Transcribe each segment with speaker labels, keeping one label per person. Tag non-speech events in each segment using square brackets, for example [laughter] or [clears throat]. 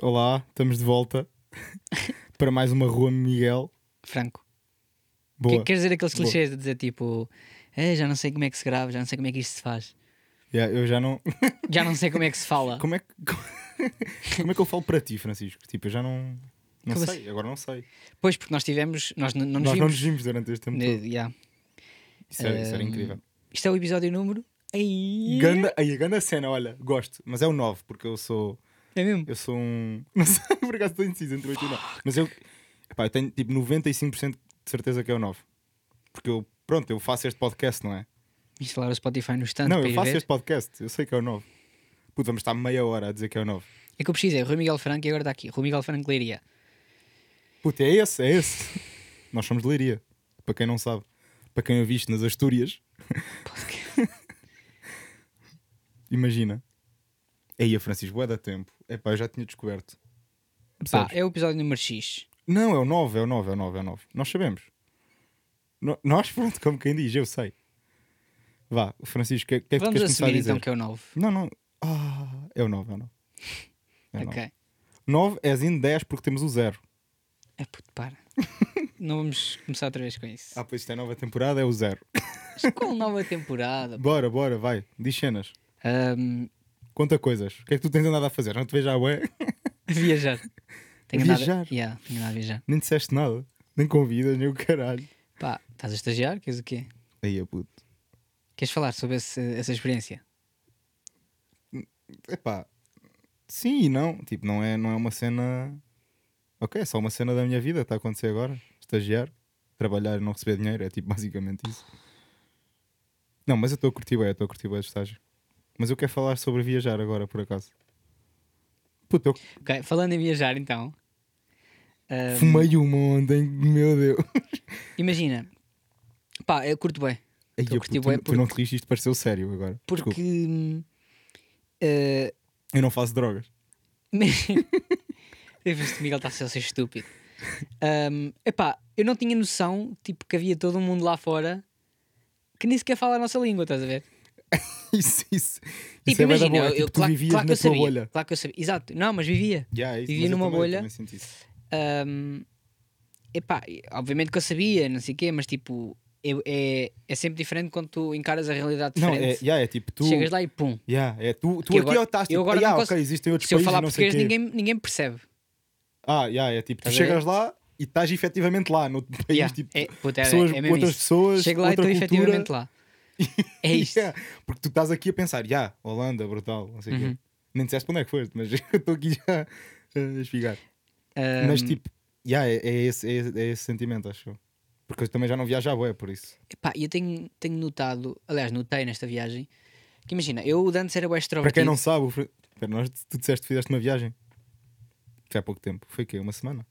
Speaker 1: Olá, estamos
Speaker 2: [laughs]
Speaker 1: de volta para mais uma Rua Miguel.
Speaker 2: Franco. Que-
Speaker 1: Boa.
Speaker 2: Quer dizer aqueles
Speaker 1: Boa.
Speaker 2: clichês de dizer tipo, "Eh, já não sei como é que se grava, já não sei como é que isto se faz,
Speaker 1: Yeah, eu já não. [laughs]
Speaker 2: já não sei como é que se fala.
Speaker 1: Como é que. [laughs] Como é que eu falo para ti, Francisco? Tipo, eu já não. Não
Speaker 2: Como
Speaker 1: sei, agora não sei.
Speaker 2: Pois, porque nós tivemos, nós n- não nos
Speaker 1: Nós não nos
Speaker 2: vimos.
Speaker 1: vimos durante este tempo.
Speaker 2: Eh,
Speaker 1: todo.
Speaker 2: yeah.
Speaker 1: Isso era, isso era
Speaker 2: Um,
Speaker 1: incrível.
Speaker 2: Isto é o episódio número. Ai,
Speaker 1: Ganda, aí, a ganda cena, olha, gosto. Mas é o 9, porque eu sou.
Speaker 2: É mesmo?
Speaker 1: Eu sou um. [laughs] Não sei, por acaso estou indeciso entre 8 e 9. Mas eu. Epá, eu tenho tipo 95% de certeza que é o 9. Porque eu. Pronto, eu faço este podcast, não é?
Speaker 2: Instalar o Spotify no stand
Speaker 1: não,
Speaker 2: para
Speaker 1: eu
Speaker 2: ir
Speaker 1: faço
Speaker 2: ver.
Speaker 1: este podcast. Eu sei que é o 9. Puto, vamos estar meia hora a dizer que é o 9.
Speaker 2: É que eu preciso, é Rui Miguel Franco e agora está aqui. Rui Miguel Franco Leiria.
Speaker 1: Puta, é esse, é
Speaker 2: [laughs]
Speaker 1: esse. Nós somos de Leiria, para quem não sabe. Para quem eu visto nas
Speaker 2: [laughs]
Speaker 1: Astúrias, imagina. Aí a Francisco, bué da tempo. Epá, eu já tinha descoberto.
Speaker 2: Pá,
Speaker 1: Percebes?
Speaker 2: é o episódio número X.
Speaker 1: Não, é o 9, é o 9, é o 9, é o 9. Nós sabemos. No- nós, [laughs] pronto, como quem diz, eu sei. Vá, Francisco, o que, que é que tu
Speaker 2: Vamos
Speaker 1: queres começar a
Speaker 2: assumir
Speaker 1: dizer?
Speaker 2: então que é o 9.
Speaker 1: Não, não. Ah, é o 9, é o 9. É o 9.
Speaker 2: ok.
Speaker 1: 9 é em 10 porque temos o 0.
Speaker 2: É puto,
Speaker 1: [laughs]
Speaker 2: para. não vamos começar outra vez com isso.
Speaker 1: Ah, pois isto é nova temporada, é o 0.
Speaker 2: Mas Qual nova temporada?
Speaker 1: Bora, bora, vai. Diz cenas.
Speaker 2: Ahm,
Speaker 1: Conta coisas. O que é que tu tens andado a fazer? Não te vejo à ué? [laughs]
Speaker 2: viajar. Tenho Nada...
Speaker 1: Viajar?
Speaker 2: Yeah, tenho nada a viajar.
Speaker 1: [laughs] Nem disseste nada. Nem convidas, nem o caralho.
Speaker 2: Pá, estás a estagiar? Queres o quê?
Speaker 1: Aí é puto.
Speaker 2: Queres falar sobre esse- essa experiência?
Speaker 1: Epá. Sim e não. Tipo, não é, não é uma cena. Ok, é só uma cena da minha vida. Está a acontecer agora. Estagiar, trabalhar e não receber dinheiro. É tipo [laughs] basicamente isso. Não, mas eu estou a curtir bem. Eu estou a curtir bem de estágio. Mas eu quero falar sobre viajar agora, por acaso. Puto, eu
Speaker 2: Ok, falando em viajar então. ahm,
Speaker 1: fumei uma ontem. Meu Deus.
Speaker 2: Imagina. Pá, eu curto bem.
Speaker 1: Aí,
Speaker 2: Estou a curtir
Speaker 1: puto,
Speaker 2: bué
Speaker 1: tu, tu não te riste, isto pareceu sério agora.
Speaker 2: Porque.
Speaker 1: Desculpa.
Speaker 2: hum, [laughs] ah,
Speaker 1: Eu não faço drogas.
Speaker 2: [laughs] Este Miguel está a ser ser estúpido. Um, epá, eu não tinha noção tipo, que havia todo um mundo lá fora que nem sequer fala a nossa língua, estás a ver?
Speaker 1: Isso, isso.
Speaker 2: Tipo,
Speaker 1: isso é bué da
Speaker 2: imagina,
Speaker 1: boa. É
Speaker 2: eu,
Speaker 1: tipo,
Speaker 2: eu-
Speaker 1: tu
Speaker 2: claro,
Speaker 1: vivias
Speaker 2: claro que
Speaker 1: na
Speaker 2: eu
Speaker 1: tua
Speaker 2: sabia,
Speaker 1: bolha.
Speaker 2: claro que eu sabia. Exato, não, mas vivia.
Speaker 1: Yeah, é isso,
Speaker 2: Vivia
Speaker 1: mas eu
Speaker 2: numa
Speaker 1: também- eu
Speaker 2: bolha.
Speaker 1: também senti isso.
Speaker 2: Um, epá, e- obviamente que eu sabia, não sei o quê, mas tipo, eu- é, é sempre diferente quando tu encaras a realidade
Speaker 1: Não, é,
Speaker 2: diferente.
Speaker 1: yeah, é tipo tu.
Speaker 2: Chegas lá e pum.
Speaker 1: Yeah, é tu, tu
Speaker 2: Que
Speaker 1: aqui
Speaker 2: agora-
Speaker 1: ou estás
Speaker 2: eu
Speaker 1: tipo,
Speaker 2: agora
Speaker 1: "Ah,
Speaker 2: não
Speaker 1: ok, existem outros
Speaker 2: Se eu
Speaker 1: países,
Speaker 2: falar
Speaker 1: não sei
Speaker 2: português,
Speaker 1: quê."
Speaker 2: ninguém, ninguém percebe.
Speaker 1: Ah, yeah, é tipo, tu
Speaker 2: Estás a
Speaker 1: chegas lá e estás efetivamente lá, no país,
Speaker 2: Yeah,
Speaker 1: tipo,
Speaker 2: é, puta, é-
Speaker 1: pessoas,
Speaker 2: é mesmo
Speaker 1: outras
Speaker 2: isso.
Speaker 1: pessoas,
Speaker 2: Chego lá e
Speaker 1: outra
Speaker 2: estou
Speaker 1: cultura.
Speaker 2: efetivamente
Speaker 1: [laughs]
Speaker 2: lá. É isto.
Speaker 1: Yeah, Porque tu estás aqui a pensar, yeah, Holanda, brutal, não sei o
Speaker 2: Uhum.
Speaker 1: quê. Nem disseste para onde é que foste, mas [laughs] eu estou aqui já a espigar. Mas tipo, yeah, é, é esse, é, esse- é esse sentimento, acho eu. Porque eu também já não viajo à boia, por isso.
Speaker 2: Epá, eu tenho, tenho notado, aliás, notei nesta viagem que imagina, eu de antes era o
Speaker 1: Para
Speaker 2: extrovertido.
Speaker 1: quem não sabe, o Fre- Espera, nós, tu disseste que fizeste uma viagem. Foi há pouco tempo. Foi o quê? Uma semana?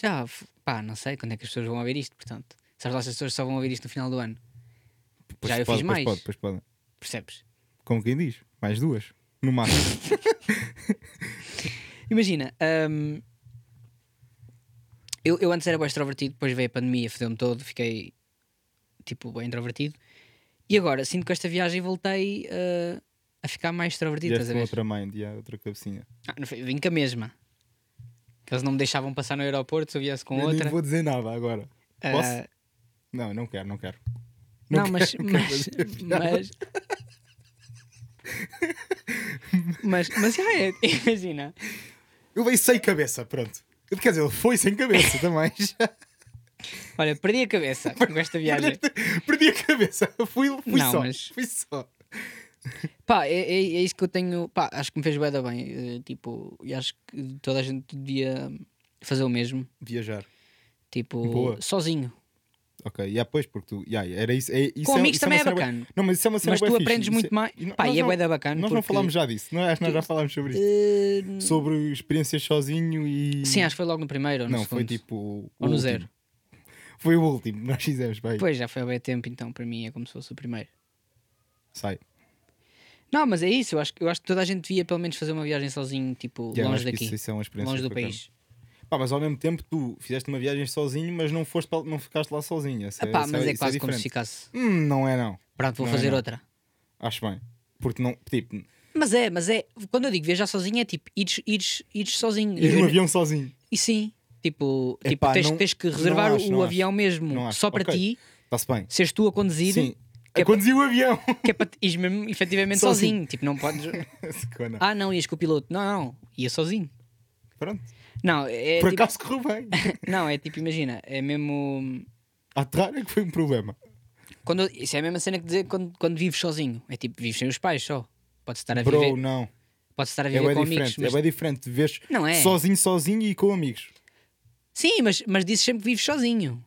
Speaker 2: Já, f- pá, não sei quando é que as pessoas vão ouvir isto, portanto. Sabes lá se as pessoas só vão ouvir isto no final do ano,
Speaker 1: Depois
Speaker 2: Já
Speaker 1: se
Speaker 2: eu
Speaker 1: pode,
Speaker 2: fiz
Speaker 1: depois
Speaker 2: mais.
Speaker 1: Pode, depois pode.
Speaker 2: percebes?
Speaker 1: Como quem diz? Mais duas. No máximo.
Speaker 2: Imagina, hum, eu, eu antes era o extrovertido, depois veio a pandemia, fodeu-me todo, fiquei tipo bem introvertido. E agora, sinto que com esta viagem voltei uh, a ficar mais extrovertido, estás a
Speaker 1: Vieste é com
Speaker 2: ver?
Speaker 1: outra mind e há outra cabecinha.
Speaker 2: Ah, não foi- vim com a mesma. Que eles não me deixavam passar no aeroporto se eu viesse com
Speaker 1: eu
Speaker 2: outra.
Speaker 1: nem vou dizer nada agora.
Speaker 2: Ah,
Speaker 1: Posso? Não, não quero, não quero.
Speaker 2: Não,
Speaker 1: quero, [laughs]
Speaker 2: mas,
Speaker 1: não quero
Speaker 2: mas,
Speaker 1: fazer piada.
Speaker 2: mas,
Speaker 1: [laughs]
Speaker 2: mas, mas já é, [laughs] imagina,
Speaker 1: Eu veio sem cabeça, pronto. Quer dizer, ele foi sem cabeça tá também.
Speaker 2: [laughs]
Speaker 1: Já
Speaker 2: olha, perdi a cabeça com esta viagem.
Speaker 1: [laughs] Perdi a cabeça. Fui, fui
Speaker 2: Não,
Speaker 1: só.
Speaker 2: mas-
Speaker 1: Fui só.
Speaker 2: Pá, é, é, é isso que eu tenho, pá, acho que me fez bué da bem, eh, tipo, e acho que toda a gente devia fazer o mesmo,
Speaker 1: Viajar.
Speaker 2: tipo,
Speaker 1: Boa.
Speaker 2: sozinho.
Speaker 1: Ok, e yeah, pois, porque tu. Yeah, era isso, é, isso
Speaker 2: Com
Speaker 1: é,
Speaker 2: amigos
Speaker 1: isso
Speaker 2: também
Speaker 1: uma
Speaker 2: é
Speaker 1: cena bué-
Speaker 2: bacana.
Speaker 1: Não, mas isso é uma cena
Speaker 2: Mas
Speaker 1: bué
Speaker 2: tu
Speaker 1: fixe,
Speaker 2: aprendes
Speaker 1: isso
Speaker 2: muito
Speaker 1: é-
Speaker 2: mais.
Speaker 1: e no-
Speaker 2: Pá,
Speaker 1: nós
Speaker 2: e é
Speaker 1: não-
Speaker 2: bué da bacana
Speaker 1: Nós não
Speaker 2: porque-
Speaker 1: falámos já disso, não, é? acho que nós já falámos sobre isso.
Speaker 2: Eh,
Speaker 1: Sobre experiências sozinho e.
Speaker 2: sim, acho que foi logo no primeiro ou no
Speaker 1: Hum. Não,
Speaker 2: segundo.
Speaker 1: foi tipo. o
Speaker 2: Ou no
Speaker 1: último.
Speaker 2: zero.
Speaker 1: Foi o último, [laughs] nós fizemos, bem.
Speaker 2: Pois, já foi há bem tempo, então, para mim é como se fosse o primeiro.
Speaker 1: Sai.
Speaker 2: Não, mas é isso, eu acho, eu acho que toda a gente devia pelo menos fazer uma viagem sozinho, tipo,
Speaker 1: Yeah,
Speaker 2: longe
Speaker 1: acho que
Speaker 2: daqui,
Speaker 1: Isso, isso é uma experiência
Speaker 2: longe do
Speaker 1: bacana.
Speaker 2: país.
Speaker 1: Pá, mas ao mesmo tempo tu fizeste uma viagem sozinho, mas não, foste pra- não ficaste lá sozinho. Essa,
Speaker 2: Ah pá,
Speaker 1: essa-
Speaker 2: mas é
Speaker 1: isso
Speaker 2: quase como se
Speaker 1: diferente.
Speaker 2: ficasse.
Speaker 1: Hum, não é, não.
Speaker 2: Pronto, vou
Speaker 1: Não é
Speaker 2: fazer
Speaker 1: não.
Speaker 2: outra.
Speaker 1: Acho bem. Porque não, tipo,
Speaker 2: Mas é, mas é. Quando eu digo viajar sozinho, é tipo, ires, ires, ires sozinho.
Speaker 1: ir
Speaker 2: Eu- [laughs]
Speaker 1: no um avião sozinho.
Speaker 2: E sim. Tipo,
Speaker 1: Epá,
Speaker 2: tipo tens,
Speaker 1: não-
Speaker 2: tens que
Speaker 1: não
Speaker 2: reservar
Speaker 1: acho,
Speaker 2: o
Speaker 1: não
Speaker 2: avião
Speaker 1: Não
Speaker 2: mesmo
Speaker 1: acho.
Speaker 2: só para
Speaker 1: Ok.
Speaker 2: ti,
Speaker 1: Está-se bem.
Speaker 2: seres tu a conduzir,
Speaker 1: Sim.
Speaker 2: que é
Speaker 1: Eu conduzi o avião.
Speaker 2: que é para ires mesmo efetivamente sozinho.
Speaker 1: Sozinho.
Speaker 2: Tipo, não podes.
Speaker 1: [laughs] Sacana.
Speaker 2: Ah, não, ias com o piloto. Não, não, ia sozinho.
Speaker 1: Pronto.
Speaker 2: Não, Ah, é.
Speaker 1: Por
Speaker 2: tipo-
Speaker 1: acaso correu bem.
Speaker 2: [laughs] Não, é tipo, imagina, é mesmo.
Speaker 1: Aterrar é que foi um problema.
Speaker 2: Quando, isso é a mesma cena que dizer quando, quando vives sozinho. É tipo, vives sem os pais só. Podes estar a
Speaker 1: Bro,
Speaker 2: viver,
Speaker 1: não.
Speaker 2: podes estar a
Speaker 1: É
Speaker 2: viver
Speaker 1: bem
Speaker 2: com amigos.
Speaker 1: diferente.
Speaker 2: mas-
Speaker 1: É bem diferente de veres
Speaker 2: Não é.
Speaker 1: sozinho, sozinho e com amigos.
Speaker 2: Sim, mas, mas dizes sempre que vives sozinho.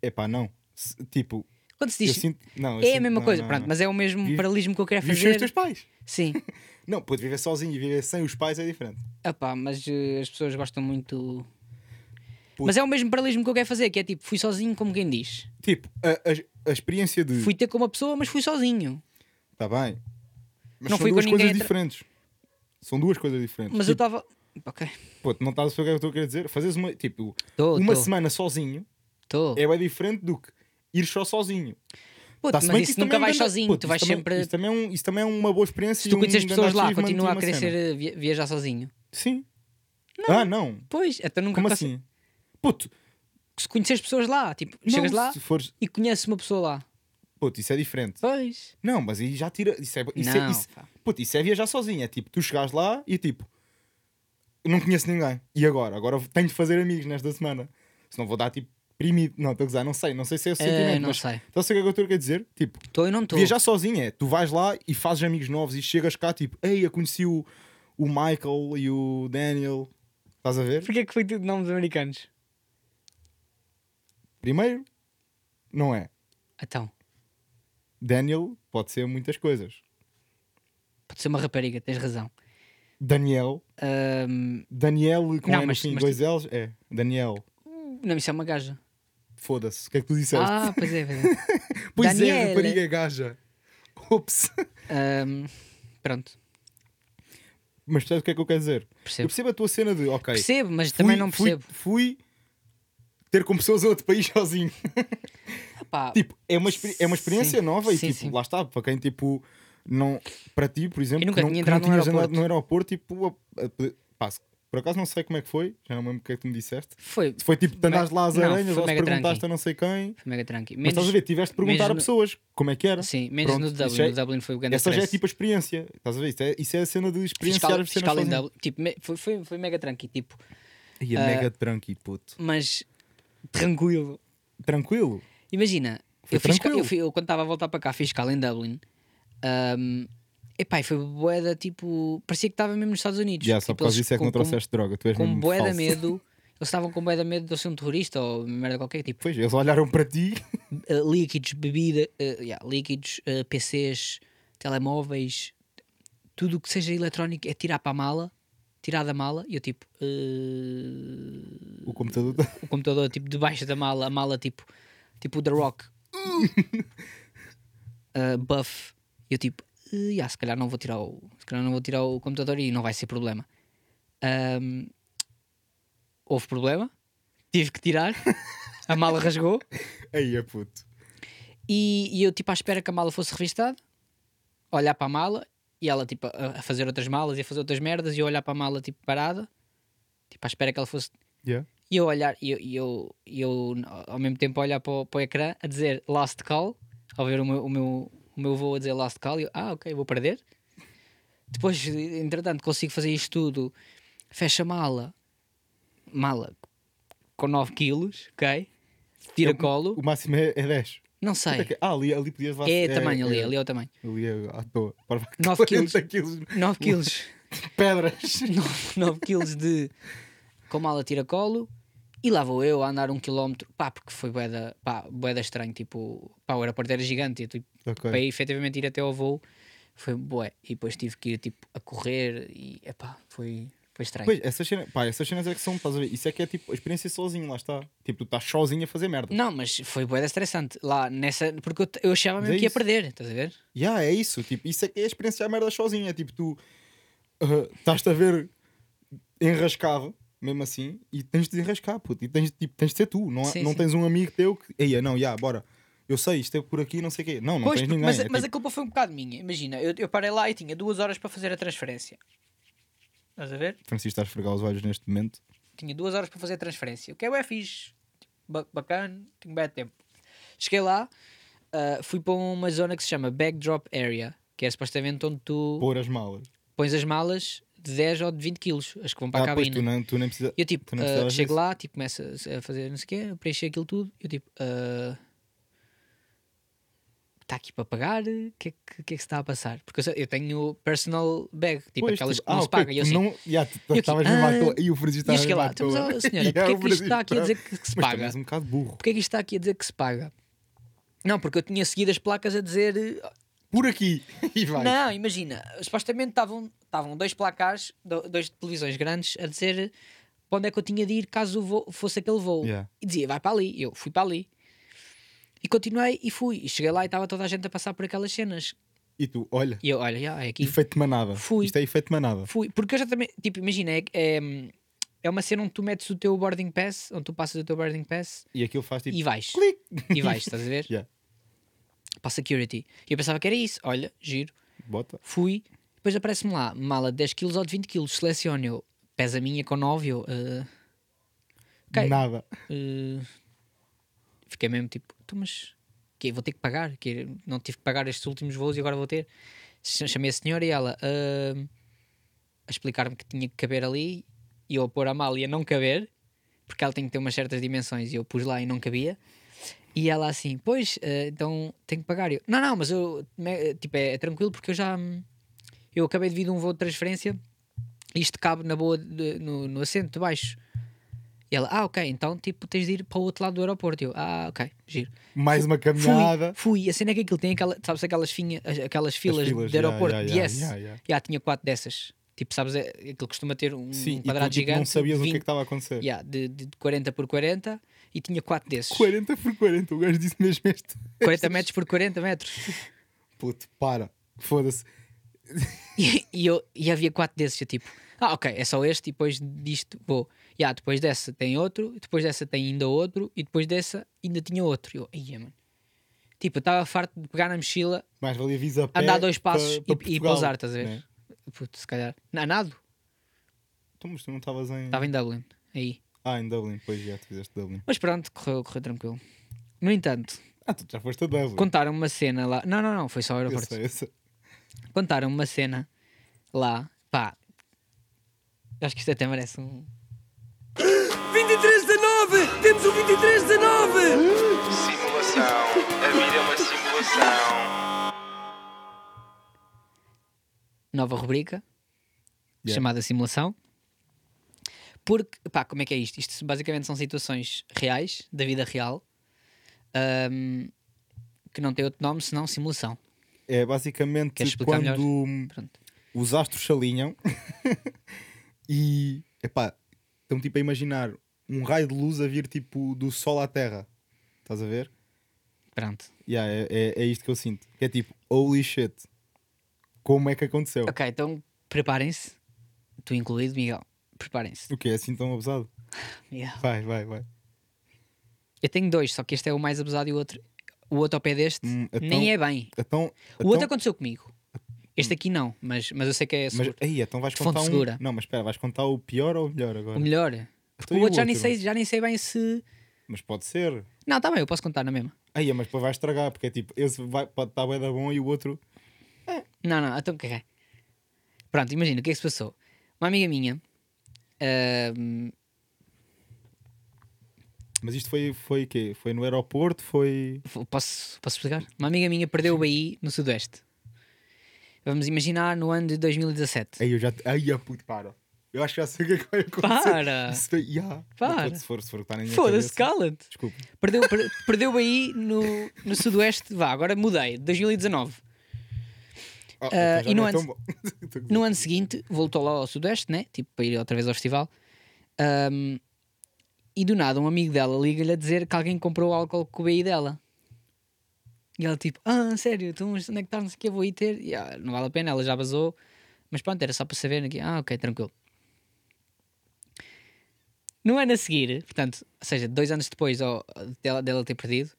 Speaker 1: Epá, não. Se- tipo,
Speaker 2: Quando se
Speaker 1: eu
Speaker 2: diz.
Speaker 1: sinto.
Speaker 2: é
Speaker 1: Não, eu
Speaker 2: a
Speaker 1: sinto-
Speaker 2: mesma
Speaker 1: não,
Speaker 2: coisa,
Speaker 1: não,
Speaker 2: pronto,
Speaker 1: não.
Speaker 2: mas é o mesmo
Speaker 1: Vive-
Speaker 2: paralelismo que eu quero
Speaker 1: Vives sem os
Speaker 2: fazer.
Speaker 1: teus pais.
Speaker 2: Sim.
Speaker 1: Não, pode viver sozinho e viver sem os pais é diferente.
Speaker 2: Epá, mas eh, as pessoas gostam muito.
Speaker 1: Puto.
Speaker 2: Mas é o mesmo paralelismo que eu quero fazer, que é tipo, fui sozinho, como quem diz.
Speaker 1: Tipo, a, a- a experiência de.
Speaker 2: Fui ter com uma pessoa, mas fui sozinho.
Speaker 1: Está bem. Mas
Speaker 2: Não
Speaker 1: são
Speaker 2: fui com
Speaker 1: duas
Speaker 2: ninguém
Speaker 1: coisas
Speaker 2: atra-
Speaker 1: diferentes. São duas coisas diferentes.
Speaker 2: Mas eu
Speaker 1: tipo,
Speaker 2: estava. Ok.
Speaker 1: pô, tu não estás a saber o que é que eu estou a querer dizer? Fazes uma, tipo,
Speaker 2: Estou,
Speaker 1: uma
Speaker 2: estou.
Speaker 1: semana sozinho
Speaker 2: Estou.
Speaker 1: é bem diferente do que ir só sozinho.
Speaker 2: Puto,
Speaker 1: Tá-se
Speaker 2: mas
Speaker 1: bem
Speaker 2: isso
Speaker 1: que também
Speaker 2: nunca
Speaker 1: é um
Speaker 2: vais
Speaker 1: grande-
Speaker 2: sozinho,
Speaker 1: Puto,
Speaker 2: tu
Speaker 1: isso
Speaker 2: vais
Speaker 1: também-
Speaker 2: sempre.
Speaker 1: Isso também é, um- isso também é uma boa experiência.
Speaker 2: Se
Speaker 1: e
Speaker 2: tu
Speaker 1: um
Speaker 2: conheces
Speaker 1: grande
Speaker 2: pessoas lá,
Speaker 1: achievement e
Speaker 2: continua a
Speaker 1: uma
Speaker 2: querer
Speaker 1: cena.
Speaker 2: ser, eh, via- viajar sozinho.
Speaker 1: Sim. Ah, não.
Speaker 2: Pois, até nunca
Speaker 1: Como
Speaker 2: conse-
Speaker 1: assim? Puto,
Speaker 2: Se conheces pessoas lá, tipo,
Speaker 1: não,
Speaker 2: chegas lá
Speaker 1: se fores.
Speaker 2: e conheces uma pessoa lá.
Speaker 1: Puto, isso é diferente.
Speaker 2: Pois.
Speaker 1: Não, mas aí já tira. Isso é, isso é,
Speaker 2: Não,
Speaker 1: isso-
Speaker 2: pá.
Speaker 1: puto, isso é viajar sozinho. É tipo, tu chegares lá e tipo, eu não conheço ninguém. E agora? Agora tenho de fazer amigos nesta semana. Senão vou dar tipo, primido. Não, estou a gozar, não sei. Não sei se é o sentimento.
Speaker 2: Eh, Ah, não
Speaker 1: mas
Speaker 2: sei.
Speaker 1: Estás a saber o que é que eu estou a dizer? Tipo,
Speaker 2: Estou e não estou.
Speaker 1: Viajar sozinho é, tu vais lá e fazes amigos novos e chegas cá tipo, ei, eu conheci o, o Michael e o Daniel. Estás a ver?
Speaker 2: Porquê que foi tudo nomes americanos?
Speaker 1: Primeiro, não é.
Speaker 2: Então,
Speaker 1: Daniel pode ser muitas coisas.
Speaker 2: pode ser uma rapariga, tens razão.
Speaker 1: Daniel,
Speaker 2: Ahm,
Speaker 1: Daniel com
Speaker 2: Não,
Speaker 1: N no
Speaker 2: mas-
Speaker 1: fim,
Speaker 2: mas
Speaker 1: dois L's, é. Daniel,
Speaker 2: não, isso é uma gaja.
Speaker 1: foda-se, o que é que tu disseste?
Speaker 2: Ah, pois é, pois é.
Speaker 1: [laughs] pois é,
Speaker 2: Daniela.
Speaker 1: rapariga gaja. Ups.
Speaker 2: Ahm, pronto,
Speaker 1: [laughs] Mas percebes o que é que eu quero dizer? Eu
Speaker 2: percebo.
Speaker 1: percebo a tua cena de, ok,
Speaker 2: Percebo, mas
Speaker 1: fui-
Speaker 2: também não
Speaker 1: fui-
Speaker 2: percebo.
Speaker 1: Fui, ter com pessoas a outro país [laughs] sozinho.
Speaker 2: Pá,
Speaker 1: tipo, é uma, experi- é uma experiência
Speaker 2: Sim,
Speaker 1: nova e
Speaker 2: sim,
Speaker 1: tipo,
Speaker 2: sim.
Speaker 1: lá está, para quem tipo não, para ti, por exemplo,
Speaker 2: Eu nunca
Speaker 1: que não,
Speaker 2: tinha
Speaker 1: que não
Speaker 2: entrado num
Speaker 1: tinhas
Speaker 2: aeroporto.
Speaker 1: andado no aeroporto, tipo, a- a- pá, se- por acaso não sei como é que foi, já não me lembro o que é que tu me disseste.
Speaker 2: foi,
Speaker 1: Se foi tipo, te andaste lá às
Speaker 2: Não,
Speaker 1: aranhas
Speaker 2: foi
Speaker 1: ou se
Speaker 2: mega
Speaker 1: perguntaste
Speaker 2: tranqui.
Speaker 1: a não sei quem,
Speaker 2: foi mega tranquilo.
Speaker 1: mas
Speaker 2: Menos,
Speaker 1: estás a ver, tiveste de perguntar
Speaker 2: menos
Speaker 1: a
Speaker 2: no-
Speaker 1: pessoas como é que era.
Speaker 2: Sim, menos
Speaker 1: Pronto,
Speaker 2: no
Speaker 1: isso
Speaker 2: Dublin.
Speaker 1: é-
Speaker 2: No Dublin foi o grande
Speaker 1: Essa já é
Speaker 2: stress.
Speaker 1: tipo a experiência, estás a ver? Isso é, isso é a cena de experienciar
Speaker 2: fiscal,
Speaker 1: as cenas
Speaker 2: fiscal em
Speaker 1: sozinho.
Speaker 2: Dublin. Tipo, me- foi, foi, foi mega tranquilo, tipo,
Speaker 1: E é mega tranqui, puto.
Speaker 2: mas tranquilo.
Speaker 1: Tranquilo?
Speaker 2: Imagina,
Speaker 1: Foi
Speaker 2: eu, fiz, ca-
Speaker 1: tranquilo.
Speaker 2: eu, fui- eu quando estava a voltar para cá, fiz escala em Dublin. Um, epá, e foi boeda tipo. Parecia que estava mesmo nos Estados Unidos.
Speaker 1: Já, só
Speaker 2: Tipo,
Speaker 1: por
Speaker 2: eles
Speaker 1: causa disso é que
Speaker 2: com-
Speaker 1: não trouxeste droga, tu
Speaker 2: Com,
Speaker 1: és
Speaker 2: com
Speaker 1: mesmo
Speaker 2: bué da
Speaker 1: falso.
Speaker 2: medo. Eles estavam com boeda medo de eu ser um terrorista ou merda qualquer. Tipo,
Speaker 1: [laughs] Pois, eles olharam
Speaker 2: [laughs]
Speaker 1: para ti
Speaker 2: uh, líquidos, bebida, uh, yeah, líquidos, uh, PCs, telemóveis, tudo o que seja eletrónico é tirar para a mala, tirar da mala. E eu tipo. uh,
Speaker 1: o computador. tá-
Speaker 2: o computador tipo debaixo da mala, a mala tipo, tipo o The Rock. Uh, buff. E eu tipo, "Eh, yeah, se calhar não vou tirar o. Se calhar não vou tirar o computador e não vai ser problema. Ahm, houve problema, tive que tirar, a mala rasgou
Speaker 1: Aí é puto.
Speaker 2: e, e eu tipo à espera que a mala fosse revistada, olhar para a mala e ela tipo a, a fazer outras malas e a fazer outras merdas e eu olhar para a mala tipo parada, tipo à espera que ela fosse
Speaker 1: Yeah.
Speaker 2: e eu olhar, e eu, e eu, e eu ao mesmo tempo a olhar para o, para o ecrã a dizer last call, ao ver o meu, o meu, o meu voo a dizer last call, e eu, ah, ok, vou perder. Depois, entretanto, consigo fazer isto tudo, fecha a mala, mala com 9 quilos, ok? Tira
Speaker 1: É o-
Speaker 2: colo,
Speaker 1: O máximo é, é 10.
Speaker 2: não
Speaker 1: Quanto é
Speaker 2: sei.
Speaker 1: que é? Ah, ali, ali podias levar.
Speaker 2: É tamanho ali, ali é o tamanho.
Speaker 1: Ali é à toa. Para
Speaker 2: Nove quilos.
Speaker 1: 40 quilos.
Speaker 2: 9
Speaker 1: [laughs]
Speaker 2: quilos.
Speaker 1: de pedras.
Speaker 2: [laughs] 9 quilos de com mala tira colo e lá vou eu a andar um quilómetro, pá, porque foi boeda, pá, boeda estranho, tipo, pá, o aeroporto era gigante, eu, tipo,
Speaker 1: Ok.
Speaker 2: para efetivamente ir até ao voo foi bué, e depois tive que ir, tipo, a correr e, epá, foi, foi estranho.
Speaker 1: Pois, essas cenas, pá, essas cenas é que são, estás a ver? Isso é que é tipo a experiência sozinho, lá está. Tipo, tu estás sozinho a fazer merda.
Speaker 2: Não, mas foi boeda estressante, lá nessa, porque eu, t- eu achava
Speaker 1: Mas
Speaker 2: mesmo
Speaker 1: é
Speaker 2: que ia
Speaker 1: isso.
Speaker 2: perder, estás a ver?
Speaker 1: Ya, é isso. Tipo, isso é que é experienciar merda sozinho. É tipo, tu ah, estás-te a ver enrascado, mesmo assim, e tens de enrascar, puto. E tens, tipo, tens de ser tu. Não, há-
Speaker 2: Sim,
Speaker 1: não
Speaker 2: sim.
Speaker 1: tens um amigo teu que. Eia, não, já, bora. eu sei, isto é por aqui, não sei o quê. Não, não
Speaker 2: Pois,
Speaker 1: tens
Speaker 2: porque-
Speaker 1: ninguém.
Speaker 2: mas,
Speaker 1: é
Speaker 2: mas a
Speaker 1: tipo,
Speaker 2: culpa foi um bocado minha. Imagina, eu, eu parei lá e tinha duas horas para fazer a transferência. Estás a ver?
Speaker 1: Francisco está a esfregar os olhos neste momento.
Speaker 2: Tinha duas horas para fazer a transferência. O que é bué fixe. Ba- Bacana, tinha bem tempo. Cheguei lá, ah, fui para uma zona que se chama Backdrop Area, que é supostamente onde tu
Speaker 1: Pôr as malas.
Speaker 2: pões as malas de 10 ou de 20 quilos, as que vão para a
Speaker 1: ah, pois, tu
Speaker 2: cabine.
Speaker 1: não, tu nem precisas.
Speaker 2: E eu tipo,
Speaker 1: Tu não
Speaker 2: ah,
Speaker 1: precisavas
Speaker 2: chego
Speaker 1: disso.
Speaker 2: lá, tipo, começo a a fazer não sei o quê, preencher aquilo tudo. Eu tipo, está "Tá aqui para pagar? O que, é que, que é que se está a passar? Porque eu, sei- eu tenho personal bag, tipo
Speaker 1: Pois,
Speaker 2: aquelas
Speaker 1: tipo,
Speaker 2: que não
Speaker 1: ah,
Speaker 2: se
Speaker 1: ok,
Speaker 2: pagam. E eu
Speaker 1: tu
Speaker 2: assim,
Speaker 1: não... Yeah, tu- tu
Speaker 2: eu aqui,
Speaker 1: estavas mesmo à
Speaker 2: ah,
Speaker 1: toa e o
Speaker 2: e
Speaker 1: Francisco
Speaker 2: eu
Speaker 1: estava
Speaker 2: cheguei
Speaker 1: mesmo
Speaker 2: lá,
Speaker 1: à
Speaker 2: estamos
Speaker 1: toa.
Speaker 2: a, senhora,
Speaker 1: [laughs] E
Speaker 2: porque é que
Speaker 1: o
Speaker 2: isto está
Speaker 1: Francisco
Speaker 2: aqui a dizer que, que se
Speaker 1: Mas tu
Speaker 2: paga?
Speaker 1: és um bocado burro.
Speaker 2: Porquê é que isto está aqui a dizer que se paga? Não, porque eu tinha seguido as placas a dizer. eh,
Speaker 1: Por aqui. [laughs] E vai.
Speaker 2: Não, imagina, supostamente estavam estavam dois placares, do- dois televisões grandes, a dizer para onde é que eu tinha de ir caso o voo- fosse aquele voo.
Speaker 1: Yeah.
Speaker 2: E dizia, vai para ali. Eu fui para ali. E continuei e fui. E cheguei lá e estava toda a gente a passar por aquelas cenas.
Speaker 1: E tu, olha,
Speaker 2: E eu, olha, já, é aqui.
Speaker 1: efeito manada.
Speaker 2: Fui.
Speaker 1: Isto é efeito manada.
Speaker 2: Fui, porque eu já também, tipo, imagina, é, é, é uma cena onde tu metes o teu boarding pass, onde tu passas o teu boarding pass
Speaker 1: E aquilo faz tipo.
Speaker 2: e vais.
Speaker 1: Clique.
Speaker 2: E vais, estás a ver?
Speaker 1: Yeah.
Speaker 2: Para a security. E eu pensava que era isso. Olha, giro.
Speaker 1: Bota.
Speaker 2: Fui, depois aparece-me lá, mala de 10kg ou de 20kg, seleciono eu, pesa a minha com 9, eu. ah, ok,
Speaker 1: Nada.
Speaker 2: ah, fiquei mesmo tipo, "Então, mas. Que vou ter que pagar, que não tive que pagar estes últimos voos e agora vou ter. Ch- Chamei a senhora e ela ah, a explicar-me que tinha que caber ali e eu a pôr a mala e a não caber, porque ela tem que ter umas certas dimensões e eu pus lá e não cabia. E ela assim, pois, ah, então tenho que pagar. Eu, não, não, mas eu, me- tipo, é, é tranquilo porque eu já, hum, eu acabei de vir de um voo de transferência e isto cabe na boa, de- no, no assento de baixo. E ela, ah, ok, então, tipo, tens de ir para o outro lado do aeroporto. E Eu, ah, ok, giro.
Speaker 1: Mais uma caminhada.
Speaker 2: Fui, fui. A cena é que aquilo tem aquela, sabes, aquelas, finha, as- aquelas filas,
Speaker 1: filas,
Speaker 2: de
Speaker 1: yeah,
Speaker 2: aeroporto
Speaker 1: yeah,
Speaker 2: de
Speaker 1: yeah,
Speaker 2: S.
Speaker 1: yeah, yeah.
Speaker 2: Yeah, tinha quatro dessas. Tipo, sabes, é, aquilo costuma ter um,
Speaker 1: Sim, e tu
Speaker 2: quadrado
Speaker 1: tipo,
Speaker 2: gigante.
Speaker 1: não sabias o que é que
Speaker 2: 20
Speaker 1: estava a acontecer.
Speaker 2: yeah, de, de 40 por 40 e tinha quatro desses.
Speaker 1: 40 por 40, o gajo disse mesmo este.
Speaker 2: 40 metros por 40 metros.
Speaker 1: Puto, para. Foda-se.
Speaker 2: E, e eu, e havia quatro desses, eu tipo, ah, ok, é só este, e depois disto vou. E ah, depois dessa tem outro, e depois dessa tem ainda outro, e depois dessa ainda tinha outro. E eu, ia, mano. Tipo, eu estava farto de pegar na mochila,
Speaker 1: Mais valia visa a pé
Speaker 2: andar dois passos
Speaker 1: É, pa- pa
Speaker 2: e- e,
Speaker 1: Portugal,
Speaker 2: pousar, estás a ver?
Speaker 1: né?
Speaker 2: Puto, se calhar. Na- nado?
Speaker 1: Tu, mas tu não estavas em.
Speaker 2: Estava em Dublin, aí.
Speaker 1: Ah, em Dublin, pois já, tu fizeste Dublin.
Speaker 2: Mas pronto, correu, correu tranquilo. No entanto,
Speaker 1: Ah, tu já foste a Dublin.
Speaker 2: contaram uma cena lá. Não, não, não, foi só o
Speaker 1: eu
Speaker 2: aeroporto.
Speaker 1: sei, eu sei.
Speaker 2: Contaram uma cena lá, pá. Acho que isto até merece um.
Speaker 3: 23 da 9! Temos o 23 da 9!
Speaker 4: Simulação, a vida é uma simulação.
Speaker 2: nova rubrica
Speaker 1: Yeah.
Speaker 2: chamada simulação. Porque, pá, como é que é isto? Isto basicamente são situações reais, da vida real, ahm, que não tem outro nome senão simulação.
Speaker 1: É basicamente
Speaker 2: Queres explicar
Speaker 1: quando
Speaker 2: Pronto.
Speaker 1: os astros se alinham [laughs] e. Epá, estão tipo a imaginar um raio de luz a vir tipo do Sol à Terra. Estás a ver?
Speaker 2: Pronto.
Speaker 1: Yeah, é, é, é isto que eu sinto. Que é tipo, holy shit. Como é que aconteceu?
Speaker 2: Ok, então preparem-se, tu incluído, Miguel. Preparem-se.
Speaker 1: O que é assim tão abusado?
Speaker 2: Miguel.
Speaker 1: Vai, vai, vai.
Speaker 2: Eu tenho dois, só que este é o mais abusado e o outro, o outro ao pé deste
Speaker 1: Hum, então-
Speaker 2: nem é bem.
Speaker 1: Então, Hum.
Speaker 2: O outro aconteceu comigo. Este aqui não, mas, mas eu sei que é
Speaker 1: mas,
Speaker 2: seguro.
Speaker 1: aí, então vais
Speaker 2: De fonte
Speaker 1: contar um...
Speaker 2: segura.
Speaker 1: Não, mas espera, vais contar o pior ou o melhor agora?
Speaker 2: o melhor. Porque
Speaker 1: Então e
Speaker 2: o
Speaker 1: o
Speaker 2: outro já nem,
Speaker 1: outro?
Speaker 2: sei, já nem sei bem se.
Speaker 1: Mas pode ser.
Speaker 2: Não, tá bem, eu posso contar na mesma.
Speaker 1: Aí, mas depois vais estragar, porque é tipo, esse vai, pode estar bué da bom e o outro...
Speaker 2: Não, não, então caguei. Pronto, imagina, o que é que se passou? Uma amiga minha. ahm,
Speaker 1: Mas isto foi, foi o quê? Foi no aeroporto, foi...
Speaker 2: f- posso, posso explicar? Uma amiga minha perdeu o BI no Sudoeste. Vamos imaginar no ano de 2017.
Speaker 1: Aí eu já... Aí, a puto, para. Eu acho que já sei o que é que vai acontecer.
Speaker 2: Para!
Speaker 1: Isso foi- Ya.
Speaker 2: Para.
Speaker 1: Não, puto, Se for, se for, está na minha
Speaker 2: Foda-se,
Speaker 1: cabeça.
Speaker 2: cala-te!
Speaker 1: Desculpa.
Speaker 2: Perdeu, per- perdeu o BI no, no Sudoeste. Vá, agora mudei, 2019.
Speaker 1: Ah, então
Speaker 2: Ah,
Speaker 1: já
Speaker 2: e no
Speaker 1: não é
Speaker 2: ano-
Speaker 1: tão bom. [laughs] Estou a dizer.
Speaker 2: No ano seguinte, voltou lá ao Sudoeste, né? Tipo, para ir outra vez ao festival. Ahm, e do nada, um amigo dela liga-lhe a dizer que alguém comprou álcool com o BI dela. E ela, tipo, ah, sério, então mas onde é que estás? Não sei o que, vou ir ter. E, ah, não vale a pena, ela já vazou. Mas pronto, era só para saber. né, que- Ah, ok, tranquilo. é No ano a seguir, portanto, ou seja, dois anos depois ao- dela, dela ter perdido,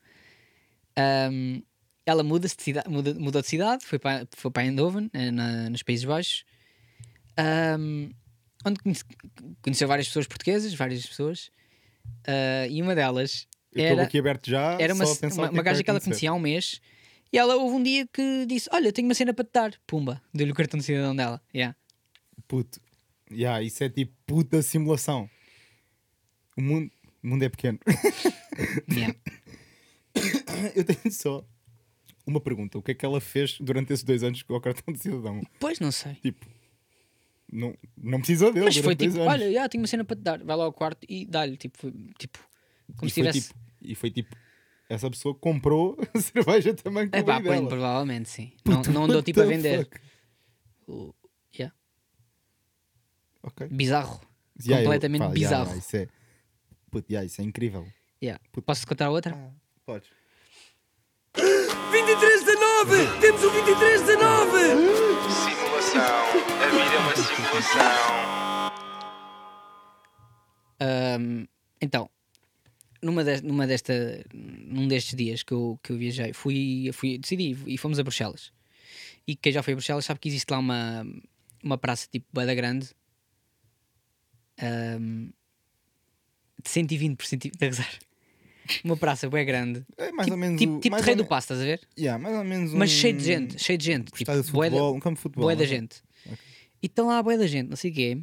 Speaker 2: ah, Ahm, ela muda-se de cidade, muda, mudou de cidade, foi para, foi para Eindhoven, eh, na- nos Países Baixos, ahm, onde conhece- conheceu várias pessoas portuguesas, várias pessoas, ah, e uma delas
Speaker 1: Eu estou
Speaker 2: era,
Speaker 1: aqui aberto já.
Speaker 2: era uma,
Speaker 1: só a pensar o
Speaker 2: uma,
Speaker 1: é
Speaker 2: uma gaja
Speaker 1: vai
Speaker 2: que ela
Speaker 1: acontecer.
Speaker 2: conhecia há um mês, e ela houve um dia que disse: Olha, eu tenho uma cena para te dar, pumba, deu-lhe o cartão de cidadão dela. Yeah.
Speaker 1: Puto. Yeah, isso é tipo puta simulação. O mundo, o mundo é pequeno. [laughs]
Speaker 2: Yeah.
Speaker 1: Eu tenho só uma pergunta. O que é que ela fez durante esses dois anos com o cartão de cidadão?
Speaker 2: pois não sei.
Speaker 1: Tipo, não, não precisou dele
Speaker 2: Mas
Speaker 1: durante
Speaker 2: foi
Speaker 1: dois
Speaker 2: tipo,
Speaker 1: anos.
Speaker 2: olha, já tenho uma cena para te dar. Vai lá ao quarto e dá-lhe. Tipo, foi, tipo, como
Speaker 1: e,
Speaker 2: se
Speaker 1: foi
Speaker 2: tivesse.
Speaker 1: tipo, e foi tipo, essa pessoa comprou [laughs] a cerveja também com
Speaker 2: É
Speaker 1: o
Speaker 2: pá,
Speaker 1: bem
Speaker 2: pois,
Speaker 1: dela.
Speaker 2: provavelmente sim. Não,
Speaker 1: Puta,
Speaker 2: não
Speaker 1: what
Speaker 2: andou tipo a
Speaker 1: the
Speaker 2: vender.
Speaker 1: fuck?
Speaker 2: O- yeah.
Speaker 1: Ok.
Speaker 2: Bizarro.
Speaker 1: Yeah, eu-
Speaker 2: Completamente
Speaker 1: pá, yeah,
Speaker 2: bizarro.
Speaker 1: yeah, isso, é, puto, yeah, isso é incrível.
Speaker 2: Yeah. Posso contar outra?
Speaker 1: Podes.
Speaker 3: 23 de 9! Temos
Speaker 1: um
Speaker 3: o 23 de 9!
Speaker 4: Simulação. A vida é uma simulação.
Speaker 2: Ahm, então, numa, des- numa desta, num destes dias que eu, que eu viajei, fui, fui, decidi e fomos a Bruxelas. E quem já foi a Bruxelas sabe que existe lá uma, uma praça tipo Bada Grande ahm, de 120 por [laughs] 120, de rezar. Uma praça bem grande,
Speaker 1: É mais
Speaker 2: tipo,
Speaker 1: ou menos.
Speaker 2: tipo,
Speaker 1: o-
Speaker 2: tipo
Speaker 1: mais
Speaker 2: Rei
Speaker 1: ou
Speaker 2: do
Speaker 1: me-
Speaker 2: Passo, estás a ver?
Speaker 1: Yeah, mais ou menos
Speaker 2: Mas
Speaker 1: um-
Speaker 2: cheio de gente, cheio de gente,
Speaker 1: um
Speaker 2: tipo,
Speaker 1: estádio de
Speaker 2: bué da-
Speaker 1: futebol, um campo de futebol.
Speaker 2: boa da
Speaker 1: não é?
Speaker 2: gente. E estão lá a boia da gente, não sei o quê.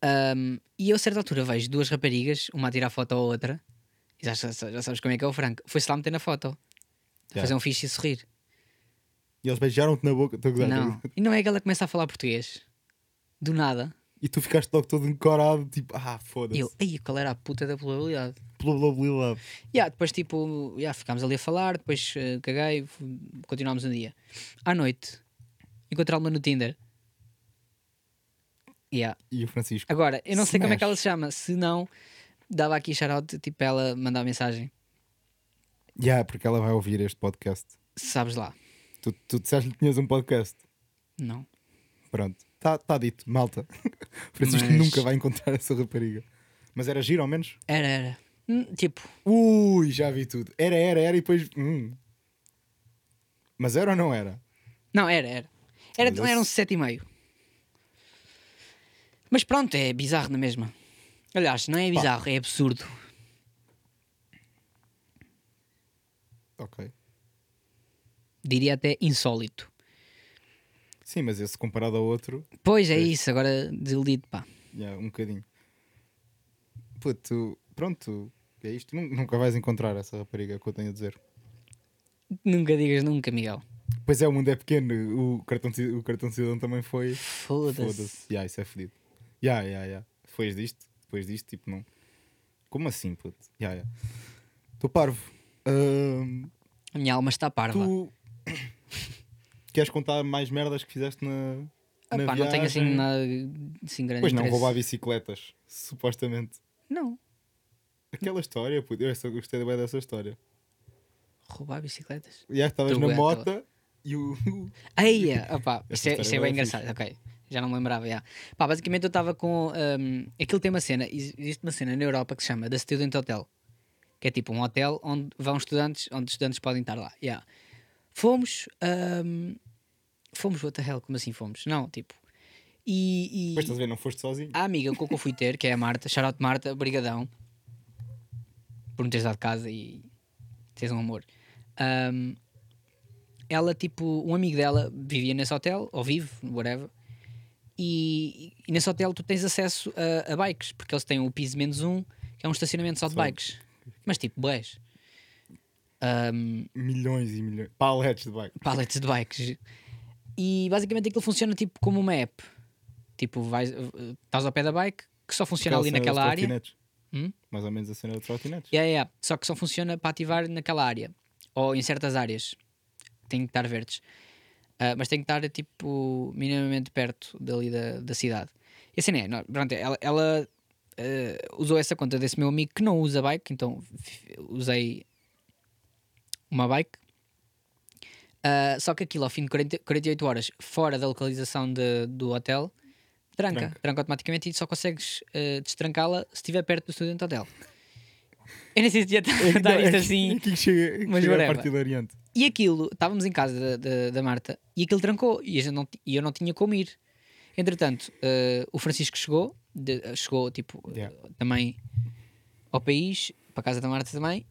Speaker 2: Ahm, e eu, a certa altura, vejo duas raparigas, uma a tirar foto à outra. E já, já- já sabes como é que é o Franco. Foi-se lá meter na foto. A
Speaker 1: Já.
Speaker 2: fazer um fixe e sorrir.
Speaker 1: E eles beijaram-te na boca. Tô a gozar, tô a
Speaker 2: Não.
Speaker 1: gozar.
Speaker 2: E não é que ela começa a falar português. Do nada.
Speaker 1: E tu ficaste logo todo encorado, tipo, ah,
Speaker 2: E
Speaker 1: foda-se.
Speaker 2: eu, ei, qual era a puta da probabilidade?
Speaker 1: Blá, blá, blá, blá.
Speaker 2: E ah, depois, tipo, yeah, ficámos ali a falar. Depois eh, caguei, fu- continuámos um dia. À noite, encontrá-la no Tinder. Yeah.
Speaker 1: E o Francisco.
Speaker 2: Agora, eu não sei como é
Speaker 1: Smash.
Speaker 2: que ela se chama, se não, dava aqui shout-out, tipo, ela mandar mensagem.
Speaker 1: Yeah, porque ela vai ouvir este podcast.
Speaker 2: Sabes lá,
Speaker 1: Tu, tu disseste que tinhas um podcast.
Speaker 2: não.
Speaker 1: Pronto. Está tá dito, malta. [laughs] Francisco
Speaker 2: Mas-
Speaker 1: nunca vai encontrar essa rapariga. Mas era giro, ao menos?
Speaker 2: Era, era. Hum, Tipo,
Speaker 1: Ui, já vi tudo. Era, era, era e depois. hum. Mas era ou não era?
Speaker 2: não, era, era. Era,
Speaker 1: Olha-se.
Speaker 2: era um 7,5. Mas pronto, é bizarro na mesma. Aliás, não é bizarro, é absurdo.
Speaker 1: Ok.
Speaker 2: Diria até insólito.
Speaker 1: Sim, mas esse comparado ao outro,
Speaker 2: Pois é isso, agora desiludido, pá.
Speaker 1: yeah, um bocadinho. Puto, pronto, é isto. Nun- Nunca vais encontrar essa rapariga é o que eu tenho a dizer.
Speaker 2: Nunca digas nunca, Miguel.
Speaker 1: Pois é, o mundo é pequeno. O cartão, de ci- o cartão de cidadão também foi.
Speaker 2: Foda-se.
Speaker 1: Foda-se. Yeah, isso é fodido. Yeah, yeah, yeah. Depois disto, depois disto, tipo, não. Como assim, puto? Yeah, yeah. Estou parvo. Ahm,
Speaker 2: A minha alma está parva.
Speaker 1: tu [coughs] queres contar mais merdas que fizeste na.
Speaker 2: Ah,
Speaker 1: na
Speaker 2: pá, não tenho assim
Speaker 1: viagem?
Speaker 2: nada assim grande
Speaker 1: Pois não,
Speaker 2: interesse.
Speaker 1: roubar bicicletas, supostamente.
Speaker 2: Não,
Speaker 1: Aquela história, puto, eu só gostei bem dessa história.
Speaker 2: roubar bicicletas.
Speaker 1: E yeah, estavas
Speaker 2: Tu é
Speaker 1: na
Speaker 2: aguenta.
Speaker 1: mota e
Speaker 2: [laughs]
Speaker 1: o. [laughs]
Speaker 2: Eia, opá, isto é,
Speaker 1: Esta história
Speaker 2: isto é
Speaker 1: agora
Speaker 2: bem
Speaker 1: é
Speaker 2: engraçado, ok. Já não me lembrava, já. Pá, basicamente eu estava com. hum, aquilo tem uma cena, ex- existe uma cena na Europa que se chama The Student Hotel, que é tipo um hotel onde vão estudantes, onde estudantes podem estar lá. já. Fomos. hum, fomos, what the hell, como assim fomos? Não, tipo. E. e-
Speaker 1: Depois estás a ver, não foste sozinho.
Speaker 2: a amiga com que eu fui ter, que é a Marta, shout out Marta, brigadão por me teres dado casa e teres um amor. Ahm, ela, tipo, um amigo dela vivia nesse hotel, ou vive, whatever, e, e nesse hotel tu tens acesso a, a bikes, porque eles têm o piso menos um, que é um estacionamento só de
Speaker 1: Só-
Speaker 2: bikes, mas tipo, boés.
Speaker 1: Milhões e milhões. Paletes de bike.
Speaker 2: paletes de bikes. E basicamente aquilo funciona tipo como uma app. Tipo, vais, estás ao pé da bike, que só funciona ali
Speaker 1: Aquela cena
Speaker 2: naquela
Speaker 1: dos
Speaker 2: área.
Speaker 1: trotinetes.
Speaker 2: Hum?
Speaker 1: Mais ou menos a cena dos trotinetes.
Speaker 2: Yeah, yeah. é, Só que só funciona para ativar naquela área ou em certas áreas. Tem que estar verdes. Ah, mas tem que estar tipo minimamente perto dali da, da cidade. E assim é, não- pronto, ela, ela, ah, usou essa conta desse meu amigo que não usa bike, então f- usei uma bike. Ah, só que aquilo ao fim de 40, 48 horas fora da localização de- do hotel tranca, tranca,
Speaker 1: Tranca.
Speaker 2: automaticamente e só consegues ah, destrancá-la se estiver perto do Student Hotel. [laughs] Eu nem sei se devia estar
Speaker 1: É que
Speaker 2: a dar
Speaker 1: dá-
Speaker 2: isto
Speaker 1: é que-
Speaker 2: assim.
Speaker 1: é que chega, é que
Speaker 2: mas
Speaker 1: chega a
Speaker 2: whatever.
Speaker 1: partir do Oriente.
Speaker 2: E aquilo, estávamos em casa da, da, da Marta e aquilo trancou e a gente não ti- e eu não tinha como ir. Entretanto, eh, o Francisco chegou, de- chegou tipo eh,
Speaker 1: Yeah.
Speaker 2: também ao país, para a casa da Marta também.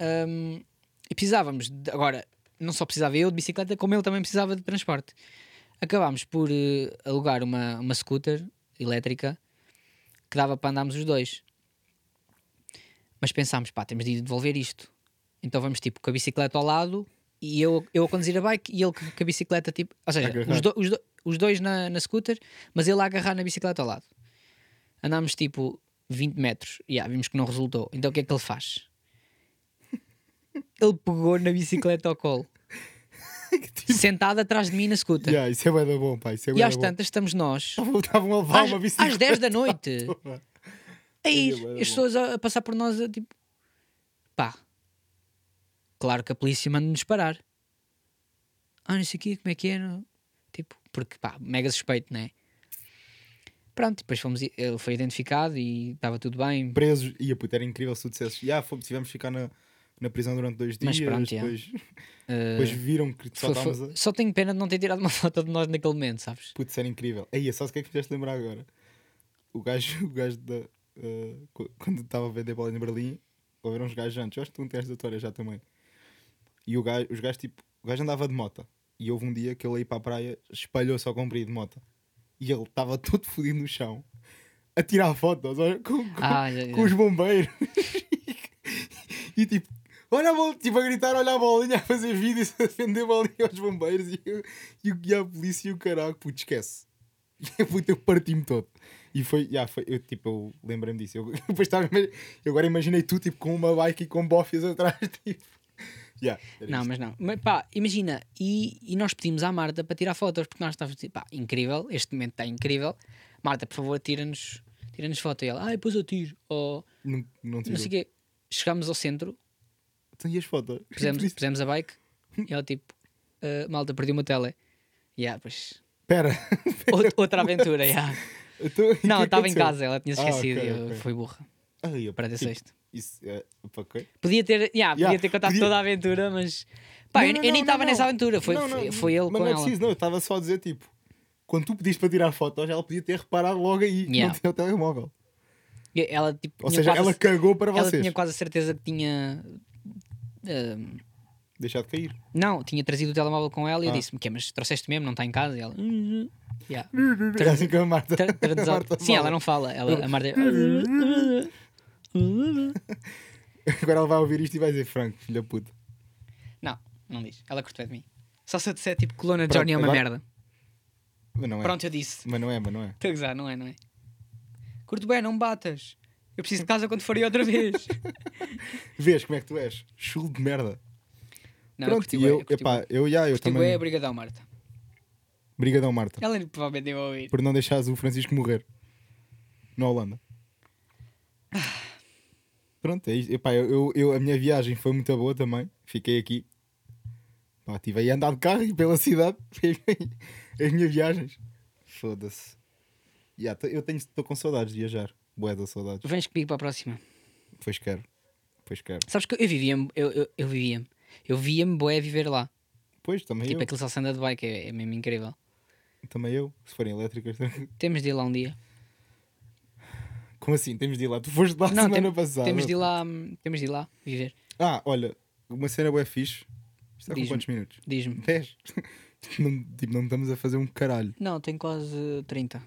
Speaker 2: Ahm, e precisávamos, de- agora, não só precisava eu de bicicleta, como ele também precisava de transporte. Acabámos por eh, alugar uma, uma scooter elétrica que dava para andarmos os dois. Mas pensámos, pá, temos de ir devolver isto. Então vamos tipo com a bicicleta ao lado e eu, eu a conduzir a bike e ele com com a bicicleta tipo. Ou seja,
Speaker 1: Agarrar.
Speaker 2: os, do- os do- os dois na, na scooter, mas ele a agarrar na bicicleta ao lado. Andámos tipo 20 metros e yeah, vimos que não resultou. Então o que é que ele faz? Ele pegou na bicicleta ao colo,
Speaker 1: [laughs]
Speaker 2: sentado atrás de mim na scooter.
Speaker 1: tipo- Yeah, isso é bué da bom, pá. Isso
Speaker 2: Tá.
Speaker 1: é
Speaker 2: e
Speaker 1: bué
Speaker 2: às
Speaker 1: da bom.
Speaker 2: tantas estamos nós
Speaker 1: [laughs] Estavam a levar
Speaker 2: às,
Speaker 1: uma
Speaker 2: às
Speaker 1: bicicleta.
Speaker 2: 10 da noite
Speaker 1: [laughs]
Speaker 2: a ir.
Speaker 1: Ia, bué
Speaker 2: As
Speaker 1: da bom.
Speaker 2: pessoas a, a passar por nós, a, tipo, pá, claro que a polícia manda-nos parar. Ah, não sei o quê, como é que é? não- Tipo, porque pá, mega suspeito, não é? Pronto, depois fomos, i- ele foi identificado e estava tudo bem.
Speaker 1: Presos. Ia, puto, era incrível se tu dissesses. Yeah, fomos, tivemos de ficar na, na prisão durante dois
Speaker 2: Mas
Speaker 1: dias.
Speaker 2: pronto, Eh, yeah.
Speaker 1: depois, depois viram que só
Speaker 2: Ah, Foi- foi-
Speaker 1: estávamos a.
Speaker 2: só tenho pena de não ter tirado uma [laughs] foto de nós naquele momento, sabes?
Speaker 1: Putz, era incrível. Aí, sabes o que é que fizeste lembrar agora? O gajo, [laughs] o gajo da. eh, qu- quando estava a vender bola em Berlim, houveram uns gajos antes. Eu acho que tu não tens da tua área já também. E o gajo, os gajos, tipo. O gajo andava de moto. E houve um dia que ele ia para a praia, espalhou-se ao comprido de moto. E ele estava todo fodido no chão, a tirar fotos olha, com, com-
Speaker 2: Ah, já, já.
Speaker 1: com os bombeiros. [laughs] e tipo. Olha a bola, tipo a gritar, olha a bolinha, a fazer vídeos, a defender a bolinha aos bombeiros e, eu- e, o- e a polícia e o caralho, puto, esquece. [laughs] E puto, eu parti-me todo. E foi, já foi, eu tipo, eu lembrei-me disso. Eu, [laughs] depois estava, eu agora imaginei tu, tipo, com uma bike e com bofias atrás, [laughs] tipo. já era
Speaker 2: Não,
Speaker 1: isto.
Speaker 2: mas não. Mas pá, imagina, e, e nós pedimos à Marta para tirar fotos, porque nós estávamos tipo, pá, incrível, este momento está incrível. Marta, por favor, tira-nos tira foto. E ela, ai, depois eu tiro. Ou
Speaker 1: Não, não
Speaker 2: não
Speaker 1: tirou.
Speaker 2: sei o é quê. Chegámos ao centro,
Speaker 1: Então e as fotos?
Speaker 2: pusemos,
Speaker 1: Por isso-
Speaker 2: pusemos a bike, e ela tipo, "Ah, Malta, perdi uma tele. E yeah,
Speaker 1: [laughs]
Speaker 2: pois.
Speaker 1: Pera.
Speaker 2: Out- Outra aventura, yeah.
Speaker 1: Então, e o que é
Speaker 2: Não,
Speaker 1: que
Speaker 2: estava em
Speaker 1: aconteceu?
Speaker 2: casa, ela tinha
Speaker 1: Ah,
Speaker 2: esquecido
Speaker 1: ok,
Speaker 2: e eu
Speaker 1: ok.
Speaker 2: fui burra.
Speaker 1: Ah, eu,
Speaker 2: Para ter
Speaker 1: tipo,
Speaker 2: sexto.
Speaker 1: Isso, é, ok.
Speaker 2: Podia ter, yeah, podia
Speaker 1: Yeah,
Speaker 2: ter contado
Speaker 1: podia-
Speaker 2: toda a aventura, mas. Pá, eu,
Speaker 1: Não, não,
Speaker 2: eu nem
Speaker 1: não,
Speaker 2: estava
Speaker 1: não.
Speaker 2: nessa aventura, foi,
Speaker 1: Não, não,
Speaker 2: foi, foi ele
Speaker 1: mas
Speaker 2: com
Speaker 1: não é
Speaker 2: ela.
Speaker 1: preciso, não. Eu estava só a dizer, tipo, quando tu pediste para tirar fotos, ela podia ter reparado logo aí que
Speaker 2: Yeah.
Speaker 1: não tinha o telemóvel.
Speaker 2: E Ela, tipo,
Speaker 1: Ou
Speaker 2: tinha
Speaker 1: seja,
Speaker 2: quase-
Speaker 1: ela cagou para
Speaker 2: Ela
Speaker 1: vocês.
Speaker 2: tinha quase a certeza que tinha. ahm,
Speaker 1: Deixar de cair.
Speaker 2: não, tinha trazido o telemóvel com ela e eu
Speaker 1: Ah.
Speaker 2: disse-me: que Mas trouxeste mesmo, não está em casa? E ela. "Hum,
Speaker 1: [laughs]
Speaker 2: yeah."
Speaker 1: É assim que a Marta.
Speaker 2: Tra-
Speaker 1: [laughs] a
Speaker 2: transou-
Speaker 1: Marta
Speaker 2: Sim, ela
Speaker 1: fala.
Speaker 2: não fala. Ela, a Marta. é, "Hum,
Speaker 1: Agora ela vai ouvir isto e vai dizer, Franco, filha puta.
Speaker 2: não, não diz. Ela cortou de mim. Só se eu disser tipo coluna de
Speaker 1: Pronto,
Speaker 2: Johnny é uma
Speaker 1: agora-
Speaker 2: merda.
Speaker 1: Mas não é.
Speaker 2: Pronto, eu disse.
Speaker 1: Mas não é, mas não é.
Speaker 2: Estou a gozar, não é, não é? Curto bem, não me batas. Eu preciso de casa quando for aí outra
Speaker 1: [laughs]
Speaker 2: vez.
Speaker 1: Vês como é que tu és? Chulo de merda.
Speaker 2: Não, eu
Speaker 1: Pronto,
Speaker 2: curti
Speaker 1: e
Speaker 2: bué,
Speaker 1: eu,
Speaker 2: eu curti
Speaker 1: epá,
Speaker 2: bué.
Speaker 1: eu, já, eu
Speaker 2: Curti bué,
Speaker 1: também.
Speaker 2: obrigadão, Marta.
Speaker 1: Obrigadão, Marta,
Speaker 2: Ela é provavelmente nem vai ouvir.
Speaker 1: por não deixares o Francisco morrer na Holanda. Pronto, é isto. Epá, eu, eu, eu- a minha viagem foi muito boa também. Fiquei aqui. Pá, estive aí a andar de carro e pela cidade. [laughs] As minhas viagens. Foda-se. Já, tô- eu estou com saudades de viajar. Bué da saudades.
Speaker 2: Vens comigo para a próxima.
Speaker 1: Pois quero. Pois quero.
Speaker 2: Sabes que eu vivia-me, eu, eu, eu vivia-me. Eu via-me boé viver lá.
Speaker 1: Pois, também
Speaker 2: Tipo,
Speaker 1: eu.
Speaker 2: aquele salsanda de bike é, é mesmo incrível.
Speaker 1: Também eu. Se forem elétricas. [laughs]
Speaker 2: Temos de ir lá um dia.
Speaker 1: Como assim? Temos de ir lá. Tu foste lá
Speaker 2: Não,
Speaker 1: semana
Speaker 2: tem-
Speaker 1: passada.
Speaker 2: Temos de ir lá, hum, temos de ir lá viver.
Speaker 1: Ah, olha. Uma cena bué fixe. Está com
Speaker 2: Diz-me.
Speaker 1: quantos minutos?
Speaker 2: Diz-me.
Speaker 1: 10. [laughs] não, tipo, não estamos a fazer um caralho.
Speaker 2: Não, tenho quase 30.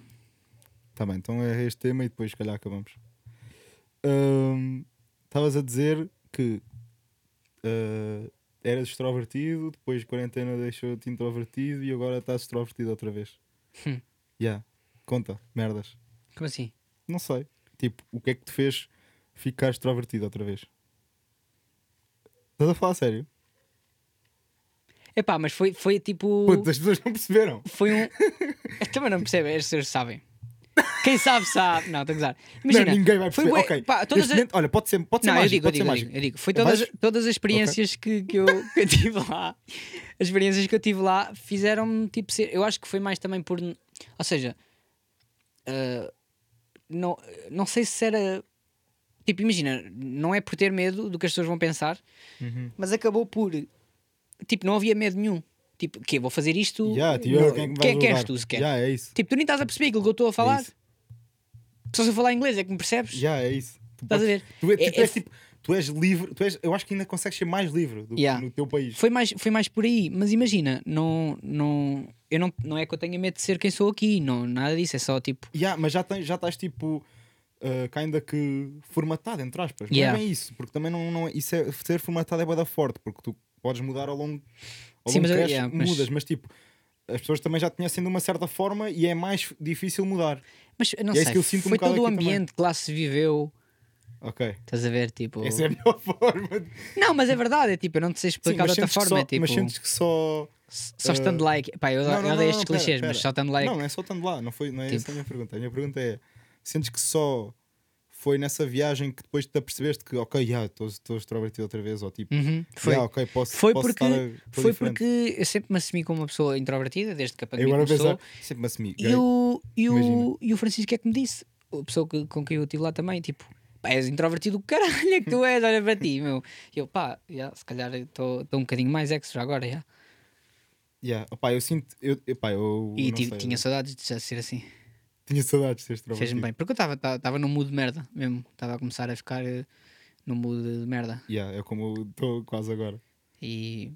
Speaker 1: Tá bem, então é este tema e depois, se calhar, acabamos. Hum, Estavas a dizer que ah, eras extrovertido, depois quarentena deixou-te introvertido e agora estás extrovertido outra vez.
Speaker 2: Hum.
Speaker 1: Já. Conta, merdas.
Speaker 2: Como assim?
Speaker 1: Não sei. Tipo, o que é que te fez ficar extrovertido outra vez? Estás a falar a sério?
Speaker 2: Epá, mas foi, foi tipo.
Speaker 1: Puto, as pessoas não perceberam.
Speaker 2: Foi
Speaker 1: [laughs]
Speaker 2: um. Eu também não percebem, as pessoas sabem. Quem sabe, sabe. Não, estou a gozar.
Speaker 1: Não,
Speaker 2: Imagina.
Speaker 1: ninguém vai
Speaker 2: foi
Speaker 1: perceber.
Speaker 2: bué-
Speaker 1: ok.
Speaker 2: pá, todas
Speaker 1: Este
Speaker 2: as-
Speaker 1: momento- olha, pode ser, pode ser
Speaker 2: não,
Speaker 1: mágico.
Speaker 2: eu digo, eu
Speaker 1: pode ser
Speaker 2: digo, eu
Speaker 1: mágico.
Speaker 2: digo, eu digo. Foi todas,
Speaker 1: Vais-
Speaker 2: todas as experiências que, que, eu, [laughs] que eu tive lá, as experiências que eu tive lá, fizeram-me tipo ser. Eu acho que foi mais também por. Ou seja, ah, não, não sei se era Tipo, imagina, não é por ter medo do que as pessoas vão pensar,
Speaker 1: Uhum.
Speaker 2: mas acabou por. Tipo, não havia medo nenhum. Tipo, o quê? Vou fazer isto.
Speaker 1: Yeah, tipo,
Speaker 2: Não,
Speaker 1: quem é que
Speaker 2: quem
Speaker 1: vai
Speaker 2: é que és
Speaker 1: julgar?
Speaker 2: tu sequer?
Speaker 1: Yeah, é isso.
Speaker 2: Tipo, tu nem estás a perceber aquilo que eu estou a falar.
Speaker 1: isso.
Speaker 2: Só se eu falar inglês é que me percebes.
Speaker 1: Já é isso. Tu,
Speaker 2: Estás a
Speaker 1: podes-
Speaker 2: ver?
Speaker 1: Tu, é-
Speaker 2: É-
Speaker 1: tu és
Speaker 2: é-
Speaker 1: tipo. Tu és livre. Tu és, eu acho que ainda consegues ser mais livre do que
Speaker 2: Yeah.
Speaker 1: no teu país.
Speaker 2: Foi mais, foi mais por aí, mas imagina, não, não, eu não, não é que eu tenha medo de ser quem sou aqui, não, nada disso, é só tipo.
Speaker 1: Yeah, mas já, tens, já estás tipo. uh, ainda que formatado, entre aspas. Não
Speaker 2: Yeah.
Speaker 1: é bem isso, porque também não, não é- isso é, ser formatado é boda forte, porque tu podes mudar ao longo, ao
Speaker 2: Sim,
Speaker 1: longo
Speaker 2: mas eu-
Speaker 1: cresces,
Speaker 2: yeah, mas-
Speaker 1: mudas, mas tipo, as pessoas também já te conhecem de uma certa forma e é mais difícil mudar.
Speaker 2: Mas eu não
Speaker 1: E é isso
Speaker 2: sei,
Speaker 1: que eu sinto um
Speaker 2: foi
Speaker 1: bocado
Speaker 2: todo o
Speaker 1: aqui também.
Speaker 2: ambiente que lá se viveu,
Speaker 1: Ok.
Speaker 2: estás a ver? Tipo.
Speaker 1: Essa é a melhor [laughs] forma. de-
Speaker 2: Não, mas é verdade, é tipo, eu não te sei
Speaker 1: Sim,
Speaker 2: explicar
Speaker 1: mas,
Speaker 2: de outra
Speaker 1: sentes que
Speaker 2: forma,
Speaker 1: só,
Speaker 2: é tipo.
Speaker 1: mas sentes que só.
Speaker 2: Só estando lá é que. Pá, eu,
Speaker 1: Não,
Speaker 2: eu
Speaker 1: não, não,
Speaker 2: odeio
Speaker 1: não,
Speaker 2: estes
Speaker 1: pera,
Speaker 2: clichês, mas
Speaker 1: pera.
Speaker 2: só estando lá é
Speaker 1: Não,
Speaker 2: que.
Speaker 1: não é só tanto lá, não, foi, não é
Speaker 2: Tipo-
Speaker 1: essa a minha pergunta. A minha pergunta é: sentes que só foi nessa viagem que depois te apercebeste que, ok, já, estou estou extrovertido outra vez, ou tipo,
Speaker 2: Uhum, foi.
Speaker 1: "Ya, ok, posso,
Speaker 2: Foi
Speaker 1: posso
Speaker 2: porque,
Speaker 1: estar a- estou
Speaker 2: foi
Speaker 1: diferente."
Speaker 2: porque eu sempre me assumi como uma pessoa introvertida, desde que a
Speaker 1: Eu
Speaker 2: pandemia
Speaker 1: agora
Speaker 2: começou.
Speaker 1: pensar, sempre me assumi.
Speaker 2: E
Speaker 1: gay.
Speaker 2: o, e,
Speaker 1: Imagina.
Speaker 2: o, e o Francisco é que me disse, a pessoa que- com quem eu estive lá também, tipo, pá, és introvertido, do caralho, é que tu és, olha para ti, meu. E eu, pá, já, se calhar estou estou um bocadinho mais extra agora, já.
Speaker 1: Ya, opá, eu sinto. Eu, epá, eu
Speaker 2: E
Speaker 1: Uh, não
Speaker 2: ti-
Speaker 1: sei, né?
Speaker 2: tinha
Speaker 1: eu
Speaker 2: saudades de já ser assim,
Speaker 1: tinha saudades de ser extrovertido.
Speaker 2: fez-me bem, porque eu estava num mood de merda mesmo, estava a começar a ficar eh, num mood de merda.
Speaker 1: Ya, é como eu estou quase agora.
Speaker 2: E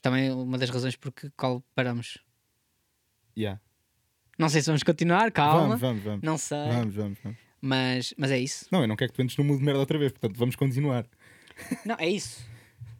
Speaker 2: também é uma das razões porque qual paramos.
Speaker 1: Ya.
Speaker 2: Não sei se vamos continuar, calma,
Speaker 1: Vamos, vamos, vamos.
Speaker 2: não sei,
Speaker 1: Vamos, vamos, vamos.
Speaker 2: Mas, mas é isso.
Speaker 1: Não, eu não quero que tu entres no mundo de merda outra vez, portanto vamos continuar.
Speaker 2: Não, é isso.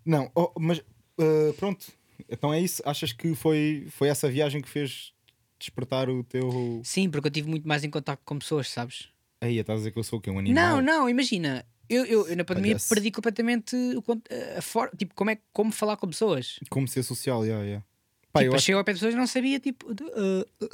Speaker 1: Não, oh, mas ah, pronto. Então é isso. Achas que foi, foi essa viagem que fez despertar o teu.
Speaker 2: Sim, porque eu estive muito mais em contato com pessoas, sabes?
Speaker 1: Aí, estás a dizer que eu sou o quê? Um animal?
Speaker 2: Não, não, imagina. Eu, eu, eu na pandemia
Speaker 1: Palhaço.
Speaker 2: perdi completamente o, cont- a forma, tipo, como, é, como falar com pessoas.
Speaker 1: Como ser social, yeah, yeah. Pá,
Speaker 2: tipo,
Speaker 1: eu
Speaker 2: eu
Speaker 1: acho
Speaker 2: cheguei ao pé de pessoas e não sabia, tipo. de- uh, uh.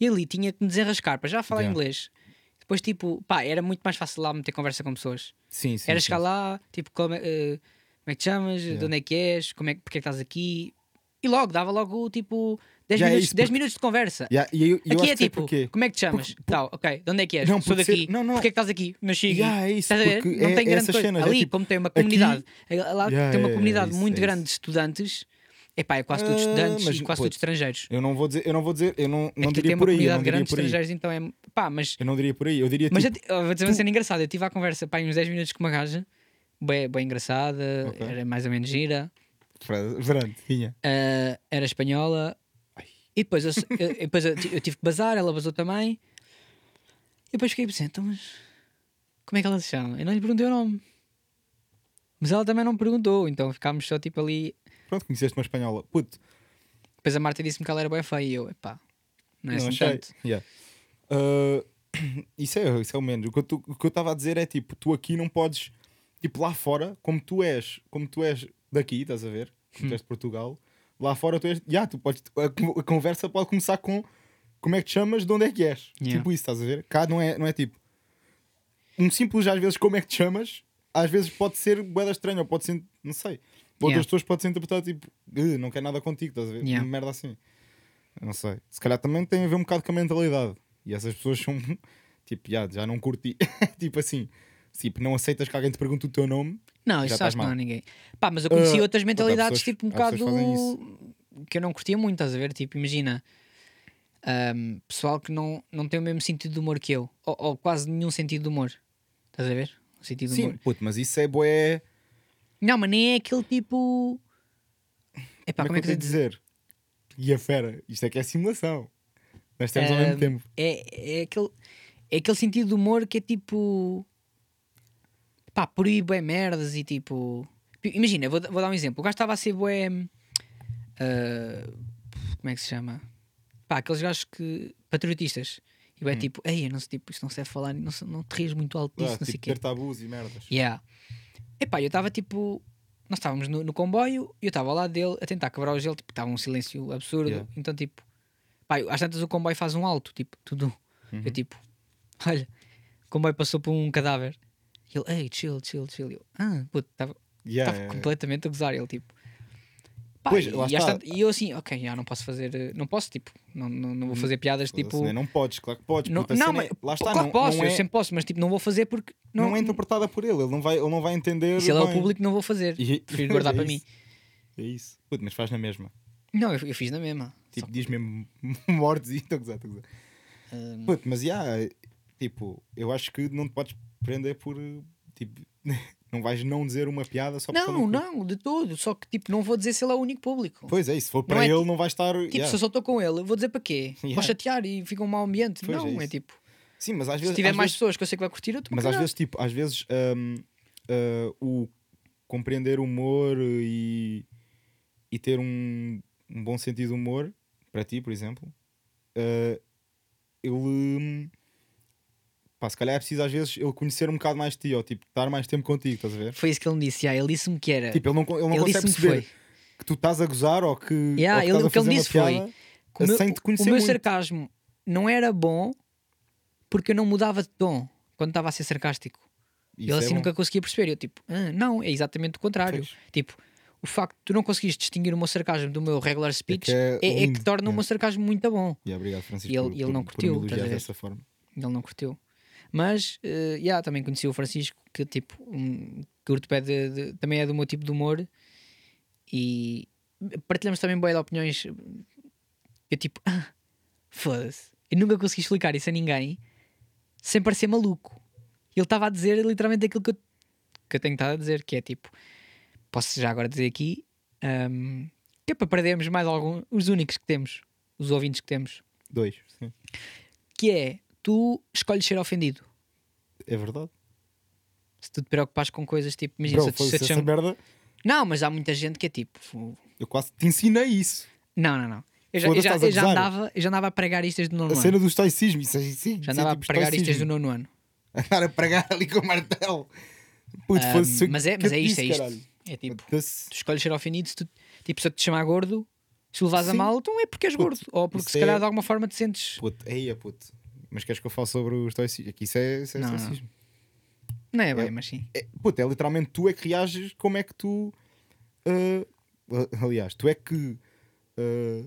Speaker 2: e ali tinha que me desenrascar para já falar
Speaker 1: Yeah.
Speaker 2: inglês. Depois, tipo, pá, era muito mais fácil lá meter conversa com pessoas.
Speaker 1: Sim, sim.
Speaker 2: era
Speaker 1: sim.
Speaker 2: chegar lá, tipo, como é, uh, como é que te chamas,
Speaker 1: Yeah.
Speaker 2: de onde é que és, como é, que- porque é que estás aqui. E logo, dava logo, tipo, 10
Speaker 1: Já é
Speaker 2: minutos,
Speaker 1: isso,
Speaker 2: 10
Speaker 1: porque-
Speaker 2: minutos de conversa.
Speaker 1: Yeah, e eu, e eu
Speaker 2: aqui
Speaker 1: acho
Speaker 2: é
Speaker 1: que sei
Speaker 2: tipo,
Speaker 1: porquê.
Speaker 2: como é que te chamas? Tal, ok, de onde é que és?
Speaker 1: Não,
Speaker 2: Sou
Speaker 1: pode ser-
Speaker 2: daqui.
Speaker 1: não, não.
Speaker 2: Porquê é que estás aqui? Nasci aqui.
Speaker 1: Yeah, é isso,
Speaker 2: Estás a ver?
Speaker 1: porque
Speaker 2: Não
Speaker 1: é-
Speaker 2: tem
Speaker 1: é
Speaker 2: grande
Speaker 1: essas
Speaker 2: coisa.
Speaker 1: cenas, é
Speaker 2: Ali,
Speaker 1: tipo,
Speaker 2: como tem uma
Speaker 1: aqui-
Speaker 2: comunidade, lá
Speaker 1: Yeah,
Speaker 2: tem uma
Speaker 1: é, é
Speaker 2: comunidade
Speaker 1: isso,
Speaker 2: muito
Speaker 1: é
Speaker 2: grande
Speaker 1: isso.
Speaker 2: de estudantes, epá, é quase todos
Speaker 1: Ah,
Speaker 2: estudantes
Speaker 1: mas,
Speaker 2: e quase
Speaker 1: putz,
Speaker 2: todos estrangeiros.
Speaker 1: Eu não vou dizer, eu não vou dizer, eu não, não
Speaker 2: Aqui
Speaker 1: diria
Speaker 2: tem uma
Speaker 1: por aí. Eu
Speaker 2: comunidade
Speaker 1: não diria
Speaker 2: grande de
Speaker 1: por aí. tipo
Speaker 2: estrangeiros, então é. pá, mas.
Speaker 1: Eu não diria por aí. Eu diria
Speaker 2: Mas
Speaker 1: tipo,
Speaker 2: eu, eu vou dizer uma cena engraçada. Eu tive à conversa, pá, em uns 10 minutos com uma gaja, bem, bem engraçada,
Speaker 1: Ok.
Speaker 2: era mais ou menos gira,
Speaker 1: Fra- Fernando, tinha.
Speaker 2: ah, era espanhola. E depois, eu, eu- depois eu, ti- eu tive que bazar, ela basou também. E depois fiquei a pensar, então, mas como é que ela se chama? Eu não lhe perguntei o nome. Mas ela também não me perguntou, então ficámos só tipo ali.
Speaker 1: Pronto, conheceste uma espanhola. Puto,
Speaker 2: Depois a Marta disse-me que ela era bem feia e eu, epá, não é
Speaker 1: não
Speaker 2: assim
Speaker 1: achei.
Speaker 2: tanto.
Speaker 1: Yeah. Ah, [clears throat] isso, é, isso é o menos. O que eu tu- o que eu estava a dizer é tipo, tu aqui não podes, tipo lá fora, como tu és, como tu és daqui, estás a ver? Como
Speaker 2: Hum.
Speaker 1: tu és de Portugal, lá fora tu és, já, tu podes, a, con- a conversa pode começar com como é que te chamas, de onde é que és.
Speaker 2: Yeah.
Speaker 1: Tipo isso, estás a ver? Cá não é, não é tipo um simples às vezes como é que te chamas, às vezes pode ser boeda estranha, ou pode ser, não sei. Outras
Speaker 2: Yeah.
Speaker 1: pessoas podem ser interpretadas tipo, "Eh, não quer nada contigo, estás a ver?
Speaker 2: Yeah.
Speaker 1: Uma merda assim. Eu Não sei. Se calhar também tem a ver um bocado com a mentalidade. E essas pessoas são [laughs] tipo, já, já não curti. [laughs] tipo assim, tipo, não aceitas que alguém te pergunte o teu nome.
Speaker 2: Não,
Speaker 1: Já
Speaker 2: isso
Speaker 1: estás
Speaker 2: acho que não há
Speaker 1: mal.
Speaker 2: ninguém. Pá, mas eu conheci
Speaker 1: Ah,
Speaker 2: outras mentalidades,
Speaker 1: pessoas-
Speaker 2: tipo, um
Speaker 1: há
Speaker 2: bocado
Speaker 1: pessoas que
Speaker 2: que eu não curtia muito, estás a ver? Tipo, imagina, ahm, pessoal que não, não tem o mesmo sentido de humor que eu, ou, ou quase nenhum sentido de humor, estás a ver? O sentido de
Speaker 1: Sim,
Speaker 2: humor.
Speaker 1: puto, mas isso é boé.
Speaker 2: Não, mas nem é aquele tipo. Epá,
Speaker 1: Como é que eu
Speaker 2: eu
Speaker 1: tenho de dizer? E a fera, isto é que é simulação. Nós temos ao
Speaker 2: Ah,
Speaker 1: mesmo tempo.
Speaker 2: É, é, aquele, é aquele sentido de humor que é tipo. pá, por aí bué merdas e tipo. Imagina, vou, vou dar um exemplo. O gajo estava a ser bué. ah, como é que se chama? Pá, aqueles gajos que. patriotistas. E bué tipo, ei, não sei, tipo, isto não serve falar, não, se- não te rias muito alto disso,
Speaker 1: Hum. Ah,
Speaker 2: não sei o
Speaker 1: tipo,
Speaker 2: quê.
Speaker 1: ter tabus e merdas.
Speaker 2: Yeah. Epá, eu estava tipo. Nós estávamos no, no comboio e eu estava ao lado dele a tentar quebrar o gelo, tipo, estava um silêncio absurdo.
Speaker 1: Yeah.
Speaker 2: Então, tipo, pá, eu- às tantas o comboio faz um alto, tipo, tudo.
Speaker 1: Uhum.
Speaker 2: Eu, tipo, [laughs] olha, o comboio passou por um cadáver. E ele, ei, chill, chill, chill. E Eu, ah, puto, estava
Speaker 1: Yeah,
Speaker 2: estava
Speaker 1: é, yeah, yeah.
Speaker 2: completamente a gozar. Ele, tipo, Pá,
Speaker 1: Pois,
Speaker 2: e,
Speaker 1: lá
Speaker 2: e às
Speaker 1: está.
Speaker 2: tantas- e eu assim, ok, já não posso fazer, eh, não posso, tipo, não, não, não vou fazer piadas
Speaker 1: Foda-se,
Speaker 2: tipo.
Speaker 1: né? Não podes, claro que podes.
Speaker 2: Não,
Speaker 1: puta, a
Speaker 2: não,
Speaker 1: cena
Speaker 2: mas
Speaker 1: é- lá está,
Speaker 2: claro
Speaker 1: não,
Speaker 2: que posso,
Speaker 1: não é,
Speaker 2: eu sempre posso, mas tipo, não vou fazer porque não,
Speaker 1: não é interpretada por ele, ele não vai, ele não vai entender.
Speaker 2: se ele é o
Speaker 1: bem.
Speaker 2: público, não vou fazer.
Speaker 1: E-
Speaker 2: Prefiro guardar
Speaker 1: [laughs] é
Speaker 2: para mim.
Speaker 1: isso, É isso. Puto, mas faz na mesma.
Speaker 2: Não, eu, eu fiz na mesma.
Speaker 1: Tipo,
Speaker 2: Só- Hum.
Speaker 1: diz mesmo [laughs] mortes e estou a gozar, estou a gozar.
Speaker 2: eh,
Speaker 1: Puto, mas já, tipo, eu acho que não te podes prender por. Tipo, [laughs] não vais não dizer uma piada só porque. ele
Speaker 2: não,
Speaker 1: curte.
Speaker 2: não, de todo. Só que tipo, não vou dizer se ele é o único público.
Speaker 1: Pois é, e se for para
Speaker 2: é
Speaker 1: ele,
Speaker 2: tipo-
Speaker 1: não vai estar.
Speaker 2: tipo,
Speaker 1: yeah.
Speaker 2: se eu só estou com ele, vou dizer para quê?
Speaker 1: Yeah.
Speaker 2: Vou chatear e fica um mau ambiente.
Speaker 1: Pois
Speaker 2: não,
Speaker 1: é
Speaker 2: é,
Speaker 1: isso.
Speaker 2: tipo,
Speaker 1: Sim, mas às vezes.
Speaker 2: se tiver
Speaker 1: às
Speaker 2: mais
Speaker 1: vezes-
Speaker 2: pessoas que eu sei que vai curtir, eu estou
Speaker 1: mas às vezes, tipo, às vezes hum, ah, o compreender o humor e, e ter um, um bom sentido de humor, para ti, por exemplo, ah, ele. hum, Pá, se calhar é preciso às vezes ele conhecer um bocado mais de ti, ou tipo, estar mais tempo contigo, estás a ver?
Speaker 2: Foi isso que ele me disse. yeah, ele disse-me que era.
Speaker 1: Tipo, ele não, con- ele não
Speaker 2: É. ele
Speaker 1: consegue
Speaker 2: disse-me que
Speaker 1: perceber
Speaker 2: foi.
Speaker 1: que, tu estás a gozar ou que.
Speaker 2: Yeah,
Speaker 1: ou que
Speaker 2: ele-
Speaker 1: estás a
Speaker 2: o que ele
Speaker 1: fazer uma
Speaker 2: disse foi,
Speaker 1: piada.
Speaker 2: O meu,
Speaker 1: sem te conhecer
Speaker 2: o meu
Speaker 1: muito.
Speaker 2: sarcasmo não era bom porque eu não mudava de tom quando estava a ser sarcástico.
Speaker 1: Isso
Speaker 2: ele
Speaker 1: é
Speaker 2: assim
Speaker 1: bom.
Speaker 2: nunca conseguia perceber. Eu tipo, "Ah, não, é exatamente o contrário.
Speaker 1: Pois.
Speaker 2: Tipo, o facto de tu não conseguires distinguir o meu sarcasmo do meu regular speech
Speaker 1: é
Speaker 2: é, é
Speaker 1: lindo,
Speaker 2: que torna o
Speaker 1: yeah.
Speaker 2: meu sarcasmo muito bom.
Speaker 1: Yeah, obrigado, Francisco.
Speaker 2: E ele-
Speaker 1: por-
Speaker 2: ele
Speaker 1: por-
Speaker 2: não
Speaker 1: por me
Speaker 2: curtiu, estás a
Speaker 1: elogiar
Speaker 2: ver?
Speaker 1: dessa forma.
Speaker 2: Ele não curteu. Mas, eh, yeah, também conheci o Francisco, que tipo, um, curto pé de, de- também é do meu tipo de humor. E partilhamos também boia de opiniões. Eu tipo, [laughs] ah, foda-se. Eu nunca consegui explicar isso a ninguém sem parecer maluco. Ele estava a dizer literalmente aquilo que eu, que eu tenho estado a dizer, que é tipo, posso já agora dizer aqui, ahm, que é para perdermos mais alguns, os únicos que temos, os ouvintes que temos,
Speaker 1: Dois, sim.
Speaker 2: que é, tu escolhes ser ofendido.
Speaker 1: É verdade.
Speaker 2: Se tu te preocupares com coisas tipo, imagina,
Speaker 1: Bro,
Speaker 2: se eu te- se
Speaker 1: foda-se,
Speaker 2: eu te
Speaker 1: essa
Speaker 2: chamo-
Speaker 1: merda.
Speaker 2: Não, mas há muita gente que é tipo. "Fu-
Speaker 1: Eu quase te ensinei isso.
Speaker 2: Não, não, não. Eu já, eu
Speaker 1: Foda-se,
Speaker 2: já,
Speaker 1: estás a
Speaker 2: eu já
Speaker 1: gozar.
Speaker 2: andava, eu já andava a pregar istas do nono
Speaker 1: A
Speaker 2: ano.
Speaker 1: cena do estoicismo. Isso, é- isso,
Speaker 2: Já andava a pregar istas do nono ano.
Speaker 1: [laughs] Andar a pregar ali com o martelo. Puto,
Speaker 2: Ahm,
Speaker 1: foda-se,
Speaker 2: mas é,
Speaker 1: que
Speaker 2: mas é
Speaker 1: eu
Speaker 2: isto, é
Speaker 1: disse,
Speaker 2: isto.
Speaker 1: caralho.
Speaker 2: É tipo, tu
Speaker 1: Foda-se.
Speaker 2: escolhes ser ofendido, se, tu, tipo, se eu te chamar gordo, se o levas a
Speaker 1: Sim.
Speaker 2: mal, então é porque és
Speaker 1: Puto,
Speaker 2: gordo. Ou porque
Speaker 1: isso
Speaker 2: se calhar
Speaker 1: é-
Speaker 2: de alguma forma te sentes.
Speaker 1: Puto, eia, puto. Mas queres que eu fale sobre o estoicismo? Aqui isso é, isso é
Speaker 2: Não, não.
Speaker 1: estoicismo.
Speaker 2: Não é bem, mas sim.
Speaker 1: É, puto, é literalmente tu é que reages, como é que tu. ah, ah, aliás, tu é que ah,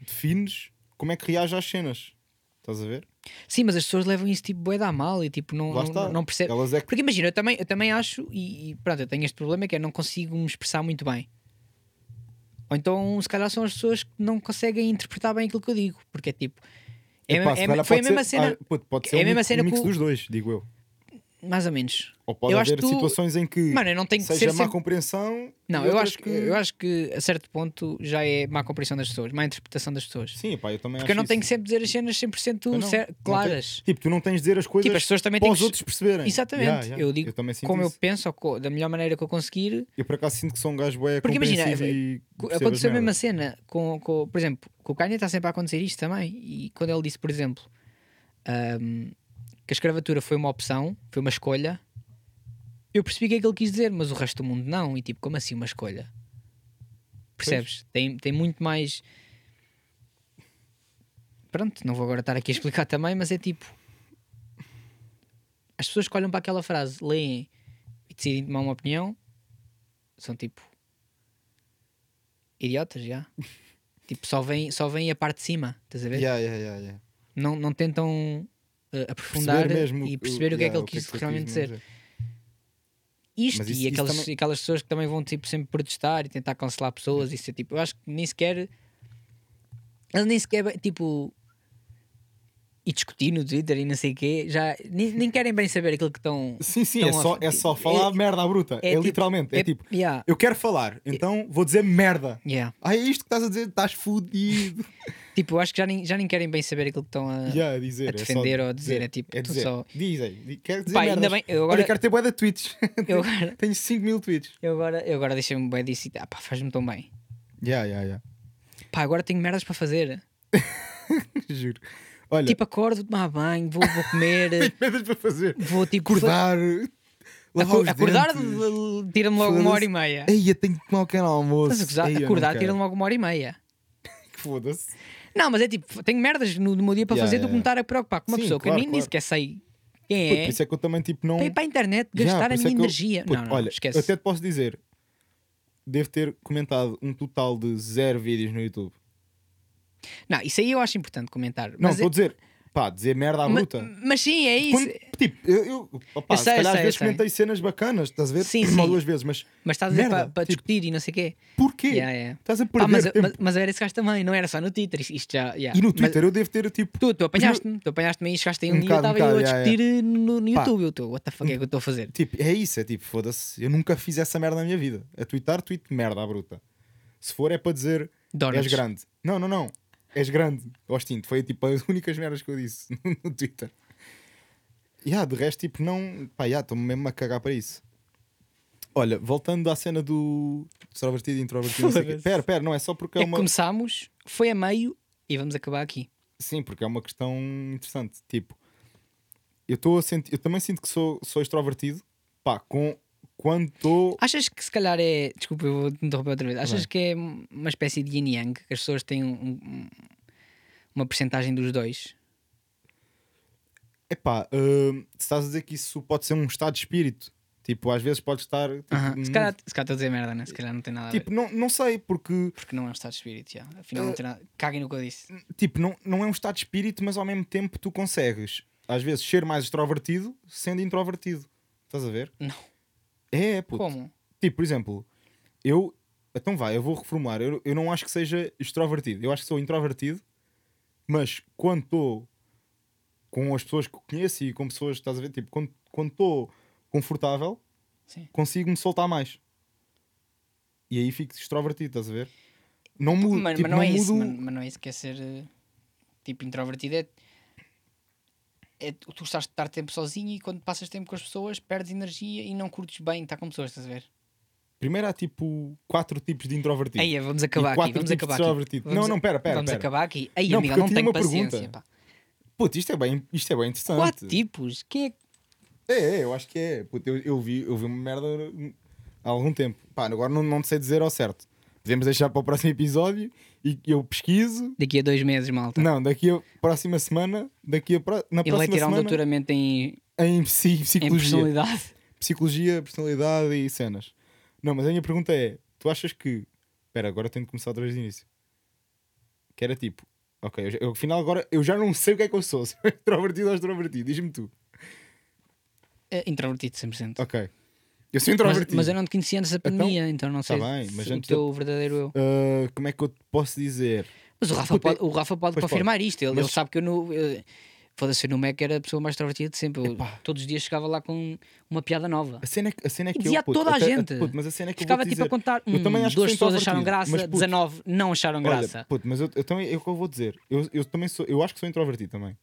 Speaker 1: defines como é que reages às cenas. Estás a ver?
Speaker 2: Sim, mas as pessoas levam isso tipo bué dá mal e tipo não,
Speaker 1: Lá
Speaker 2: não,
Speaker 1: está.
Speaker 2: não, não percebem.
Speaker 1: Elas é que.
Speaker 2: Porque imagina, eu também, eu também acho, e, e pronto, eu tenho este problema que é não consigo me expressar muito bem. Ou então, se calhar, são as pessoas que não conseguem interpretar bem aquilo que eu digo, porque é tipo. É,
Speaker 1: Epá,
Speaker 2: me-
Speaker 1: se
Speaker 2: é me-
Speaker 1: calhar
Speaker 2: foi a
Speaker 1: pode
Speaker 2: mesma
Speaker 1: ser-
Speaker 2: cena,
Speaker 1: ah, puto, pode
Speaker 2: é
Speaker 1: ser
Speaker 2: a
Speaker 1: um
Speaker 2: mesma
Speaker 1: mix-
Speaker 2: cena
Speaker 1: um mix
Speaker 2: que o-
Speaker 1: dos dois, digo eu.
Speaker 2: mais ou menos.
Speaker 1: Ou pode
Speaker 2: Eu acho
Speaker 1: haver
Speaker 2: que tu-
Speaker 1: situações em que
Speaker 2: Mano, eu não tenho que
Speaker 1: seja
Speaker 2: ser.
Speaker 1: má
Speaker 2: sempre-
Speaker 1: compreensão.
Speaker 2: Não,
Speaker 1: e
Speaker 2: eu
Speaker 1: outras
Speaker 2: acho, que, eu acho que a certo ponto já é má compreensão das pessoas, má interpretação das pessoas.
Speaker 1: Sim, pá, eu também
Speaker 2: porque eu
Speaker 1: acho
Speaker 2: não
Speaker 1: isso.
Speaker 2: tenho que sempre dizer as cenas 100%
Speaker 1: Eu não-
Speaker 2: cer-
Speaker 1: não
Speaker 2: claras.
Speaker 1: tenho- tipo, tu não tens de dizer as coisas
Speaker 2: Tipo, as pessoas também
Speaker 1: para
Speaker 2: têm
Speaker 1: os
Speaker 2: que-
Speaker 1: outros perceberem.
Speaker 2: Exatamente.
Speaker 1: Yeah, yeah.
Speaker 2: Eu digo
Speaker 1: também sinto
Speaker 2: como
Speaker 1: isso.
Speaker 2: eu penso, ou co- da melhor maneira que eu conseguir,
Speaker 1: Eu por acaso sinto que sou um gajo bué
Speaker 2: Porque imagina,
Speaker 1: compreensivo e
Speaker 2: Co-
Speaker 1: percebo as
Speaker 2: Aconteceu a mesma
Speaker 1: merdas.
Speaker 2: cena com, com- por exemplo, com o Kanye está sempre a acontecer isto também. E quando ele disse, por exemplo, ahm, que a escravatura foi uma opção, foi uma escolha, eu percebi o que é que ele quis dizer, mas o resto do mundo não. E tipo, como assim uma escolha? Percebes? Tem, tem muito mais. Pronto, não vou agora estar aqui a explicar [laughs] também, mas é tipo. As pessoas que olham para aquela frase, leem e decidem tomar uma opinião, são tipo idiotas, [laughs] já. tipo, só vem, só vem a parte de cima, estás a ver?
Speaker 1: Yeah, yeah, yeah, yeah.
Speaker 2: Não, não tentam eh, aprofundar e perceber o, que é que
Speaker 1: yeah,
Speaker 2: ele quis
Speaker 1: eu
Speaker 2: realmente
Speaker 1: mesmo
Speaker 2: dizer. Isto
Speaker 1: Mas isso-
Speaker 2: e
Speaker 1: isso
Speaker 2: aquelas,
Speaker 1: também-
Speaker 2: aquelas pessoas que também vão tipo, sempre protestar e tentar cancelar pessoas, isso é tipo, eu acho que nem sequer. Ele nem sequer, bem, tipo. E discutir no Twitter e não sei o quê, já nem, nem querem bem saber aquilo que estão.
Speaker 1: Sim, sim, é
Speaker 2: estão a-
Speaker 1: só, é só falar merda à bruta. É,
Speaker 2: tipo- é
Speaker 1: literalmente. É, tipo,
Speaker 2: yeah,
Speaker 1: eu quero falar, então vou dizer merda.
Speaker 2: yeah.
Speaker 1: Ah, é isto que estás a dizer? Estás fudido.
Speaker 2: Tipo, eu acho que já nem, já nem querem bem saber aquilo que estão a.
Speaker 1: Já, a dizer.
Speaker 2: Ah, a
Speaker 1: é só
Speaker 2: defender ou a dizer, é tipo,
Speaker 1: é
Speaker 2: tu
Speaker 1: dizer.
Speaker 2: só-
Speaker 1: Diz aí, di- quero dizer
Speaker 2: Pá,
Speaker 1: merdas.
Speaker 2: ainda bem, eu
Speaker 1: Olha,
Speaker 2: agora.
Speaker 1: quero ter bué de tweets. [laughs]
Speaker 2: Eu agora,
Speaker 1: Tenho 5 mil tweets.
Speaker 2: eu agora, eu agora deixei-me bem disso e ah, pá, faz-me tão bem.
Speaker 1: Ya, ya, ya.
Speaker 2: Pá, agora tenho merdas para fazer.
Speaker 1: [laughs] Juro. Olha,
Speaker 2: Tipo, acordo, vou tomar banho, vou, vou comer,
Speaker 1: [laughs] merdas para fazer.
Speaker 2: vou tipo.
Speaker 1: Acordar.
Speaker 2: fa-
Speaker 1: lavar
Speaker 2: acu-
Speaker 1: os
Speaker 2: acordar
Speaker 1: dentes.
Speaker 2: l-
Speaker 1: É
Speaker 2: l- tira-me logo uma hora e meia.
Speaker 1: Ei, eu tenho que tomar o canal almoço.
Speaker 2: Estás a gozar?
Speaker 1: Ei, eu não
Speaker 2: acordar,
Speaker 1: quero.
Speaker 2: tira-me logo uma hora e meia.
Speaker 1: Foda-se.
Speaker 2: Não, mas é tipo, tenho merdas no, no meu dia para
Speaker 1: Yeah,
Speaker 2: fazer do
Speaker 1: yeah,
Speaker 2: que me estar a preocupar com uma
Speaker 1: Sim,
Speaker 2: pessoa que eu
Speaker 1: claro,
Speaker 2: nem, nem
Speaker 1: claro.
Speaker 2: sequer sei
Speaker 1: Puto,
Speaker 2: quem é.
Speaker 1: Por isso é que eu também, tipo, não.
Speaker 2: Para ir para a internet,
Speaker 1: Ya,
Speaker 2: gastar
Speaker 1: por
Speaker 2: a
Speaker 1: isso
Speaker 2: minha
Speaker 1: é que eu-
Speaker 2: energia.
Speaker 1: Puto,
Speaker 2: não, não,
Speaker 1: olha,
Speaker 2: esquece.
Speaker 1: eu até te posso dizer. devo ter comentado um total de zero vídeos no YouTube.
Speaker 2: Não, isso aí eu acho importante comentar.
Speaker 1: Não,
Speaker 2: mas é-
Speaker 1: estou a dizer, pá, dizer merda à
Speaker 2: ma-
Speaker 1: bruta.
Speaker 2: Mas sim, é isso.
Speaker 1: Quando- tipo, eu, eu, opá,
Speaker 2: Eu
Speaker 1: se
Speaker 2: sei,
Speaker 1: calhar
Speaker 2: eu sei,
Speaker 1: às
Speaker 2: eu
Speaker 1: vezes
Speaker 2: sei.
Speaker 1: comentei cenas bacanas, estás a ver?
Speaker 2: Sim,
Speaker 1: Uma ou
Speaker 2: sim.
Speaker 1: duas vezes, mas
Speaker 2: Mas estás a dizer
Speaker 1: merda,
Speaker 2: para para
Speaker 1: tipo-
Speaker 2: discutir e não sei o quê.
Speaker 1: porquê?
Speaker 2: Yeah, yeah.
Speaker 1: Estás a
Speaker 2: Pá,
Speaker 1: perder
Speaker 2: mas,
Speaker 1: tempo.
Speaker 2: mas, mas eu era esse gajo também, não era só no Twitter. Isto, isto já. yeah.
Speaker 1: E no
Speaker 2: Mas
Speaker 1: Twitter eu devo ter tipo.
Speaker 2: tu, tu apanhaste-me, tu apanhaste-me e chegaste aí um,
Speaker 1: Um
Speaker 2: dia
Speaker 1: bocado, um
Speaker 2: estava eu a
Speaker 1: bocado, yeah,
Speaker 2: discutir eh, no, no
Speaker 1: Pá.
Speaker 2: YouTube. Eu estou, what the fuck é que eu estou a fazer?
Speaker 1: Tipo, é isso, é tipo, foda-se, eu nunca fiz essa merda na minha vida. A twittar, tweet merda à bruta. Se for é para dizer
Speaker 2: Donuts.
Speaker 1: és grande. Então, Não, não, não. És grande. Austin, foi tipo as [laughs] únicas merdas que eu disse [laughs] no, no Twitter. E yeah, de resto, tipo, não. Pá, yeah, estou-me mesmo a cagar para isso. Olha, voltando à cena do extrovertido e introvertido, não sei o quê.
Speaker 2: Foda-se.
Speaker 1: Pera, pera, não, é só porque
Speaker 2: É
Speaker 1: é
Speaker 2: que
Speaker 1: uma.
Speaker 2: começámos, foi a meio e vamos acabar aqui.
Speaker 1: Sim, porque é uma questão interessante. Tipo, eu estou a sentir, eu também sinto que sou, sou extrovertido, pá, com quando estou.
Speaker 2: Achas que se calhar é. Desculpa, eu vou te interromper outra vez. Achas que é uma espécie de yin yang? Que as pessoas têm um- um- uma percentagem dos dois?
Speaker 1: Epá, hum, estás a dizer que isso pode ser um estado de espírito. Tipo, às vezes pode estar. Tipo,
Speaker 2: Aham. Se
Speaker 1: num-
Speaker 2: calhar se calhar estou a dizer merda, né? Se calhar não tem nada a ver.
Speaker 1: tipo, eh, não, não sei, porque
Speaker 2: Porque não é um estado de espírito, já. Afinal, não tem nada. Caguem no que eu disse.
Speaker 1: tipo, não, não é um estado de espírito, mas ao mesmo tempo tu consegues, às vezes, ser mais extrovertido sendo introvertido. Estás a ver?
Speaker 2: Não.
Speaker 1: É, é, puto.
Speaker 2: Como?
Speaker 1: Tipo, por exemplo, eu. Então vai, eu vou reformular. Eu, eu não acho que seja extrovertido. Eu acho que sou introvertido, mas quando estou com as pessoas que conheço e com pessoas, estás a ver? Tipo, quando quando estou confortável,
Speaker 2: Sim.
Speaker 1: consigo me soltar mais. E aí fico extrovertido, estás a ver? Não mudo.
Speaker 2: Mas,
Speaker 1: tipo,
Speaker 2: mas não é isso,
Speaker 1: mudo-
Speaker 2: mano. mas, não é isso que é ser eh, tipo introvertido. É, é tu tu estás de estar tempo sozinho e quando passas tempo com as pessoas perdes energia e não curtes bem estar com pessoas, estás a ver?
Speaker 1: Primeiro há tipo quatro tipos de introvertido.
Speaker 2: Aí, é- vamos
Speaker 1: Tipo, E
Speaker 2: acabar aqui,
Speaker 1: quatro
Speaker 2: vamos
Speaker 1: tipos de
Speaker 2: acabar aqui.
Speaker 1: extrovertido. Não, não, pera, pera,
Speaker 2: Vamos
Speaker 1: pera.
Speaker 2: acabar aqui. Aí,
Speaker 1: Não,
Speaker 2: amiga,
Speaker 1: porque eu
Speaker 2: não
Speaker 1: tinha
Speaker 2: tenho
Speaker 1: uma
Speaker 2: paciência.
Speaker 1: pergunta.
Speaker 2: pá.
Speaker 1: Puto, isto é bem, isto é bem interessante.
Speaker 2: Quatro tipos? Quem é que-
Speaker 1: É, é, eu acho que é. Puta, eu, eu vi, eu vi uma merda há algum tempo. Pá, agora não, não sei dizer ao certo. Podemos deixar para o próximo episódio e eu pesquiso.
Speaker 2: Daqui a dois meses, malta.
Speaker 1: Não, daqui a próxima semana, daqui a pro- na
Speaker 2: Ele vai
Speaker 1: próxima
Speaker 2: tirar um
Speaker 1: semana
Speaker 2: doutoramento em,
Speaker 1: em psi-
Speaker 2: em
Speaker 1: psicologia.
Speaker 2: personalidade.
Speaker 1: psicologia, personalidade e cenas. Não, mas a minha pergunta é: tu achas que. Espera, agora tenho de começar outra vez do início. Que era tipo, ok, eu, já- eu, afinal agora eu já não sei o que é que eu sou, [laughs] se eu sou introvertido ou extrovertido, diz-me tu.
Speaker 2: Eh, Introvertido 100%.
Speaker 1: Ok. Eu sou
Speaker 2: Mas,
Speaker 1: introvertido.
Speaker 2: mas eu não te conhecia antes da
Speaker 1: Então,
Speaker 2: pandemia, então, não
Speaker 1: tá
Speaker 2: sei
Speaker 1: bem,
Speaker 2: se
Speaker 1: mas
Speaker 2: o
Speaker 1: antes
Speaker 2: teu verdadeiro eu.
Speaker 1: Uh, como é que eu te posso dizer?
Speaker 2: Mas o Rafa
Speaker 1: Puta,
Speaker 2: pode, o Rafa pode
Speaker 1: pois pode.
Speaker 2: confirmar isto. Ele, ele
Speaker 1: Mas-
Speaker 2: sabe que eu no. eu- Foda-se, eu no Mac era a pessoa mais extrovertida de sempre. Eu
Speaker 1: Epá.
Speaker 2: todos os dias chegava lá com uma piada nova.
Speaker 1: A cena é que, a cena é que
Speaker 2: dizia
Speaker 1: eu,
Speaker 2: a
Speaker 1: puto,
Speaker 2: toda a
Speaker 1: até-
Speaker 2: gente.
Speaker 1: puto, mas a cena é que eu
Speaker 2: Ficava
Speaker 1: vou-te
Speaker 2: tipo a
Speaker 1: dizer,
Speaker 2: contar.
Speaker 1: eu
Speaker 2: "Hum,
Speaker 1: também acho que
Speaker 2: duas
Speaker 1: sou
Speaker 2: pessoas acharam
Speaker 1: introvertido,
Speaker 2: graça,
Speaker 1: mas, puto,
Speaker 2: 19 não acharam
Speaker 1: olha,
Speaker 2: graça.
Speaker 1: puto, mas eu, eu também, é o que eu vou dizer. Eu, eu também sou, eu acho que sou introvertido também.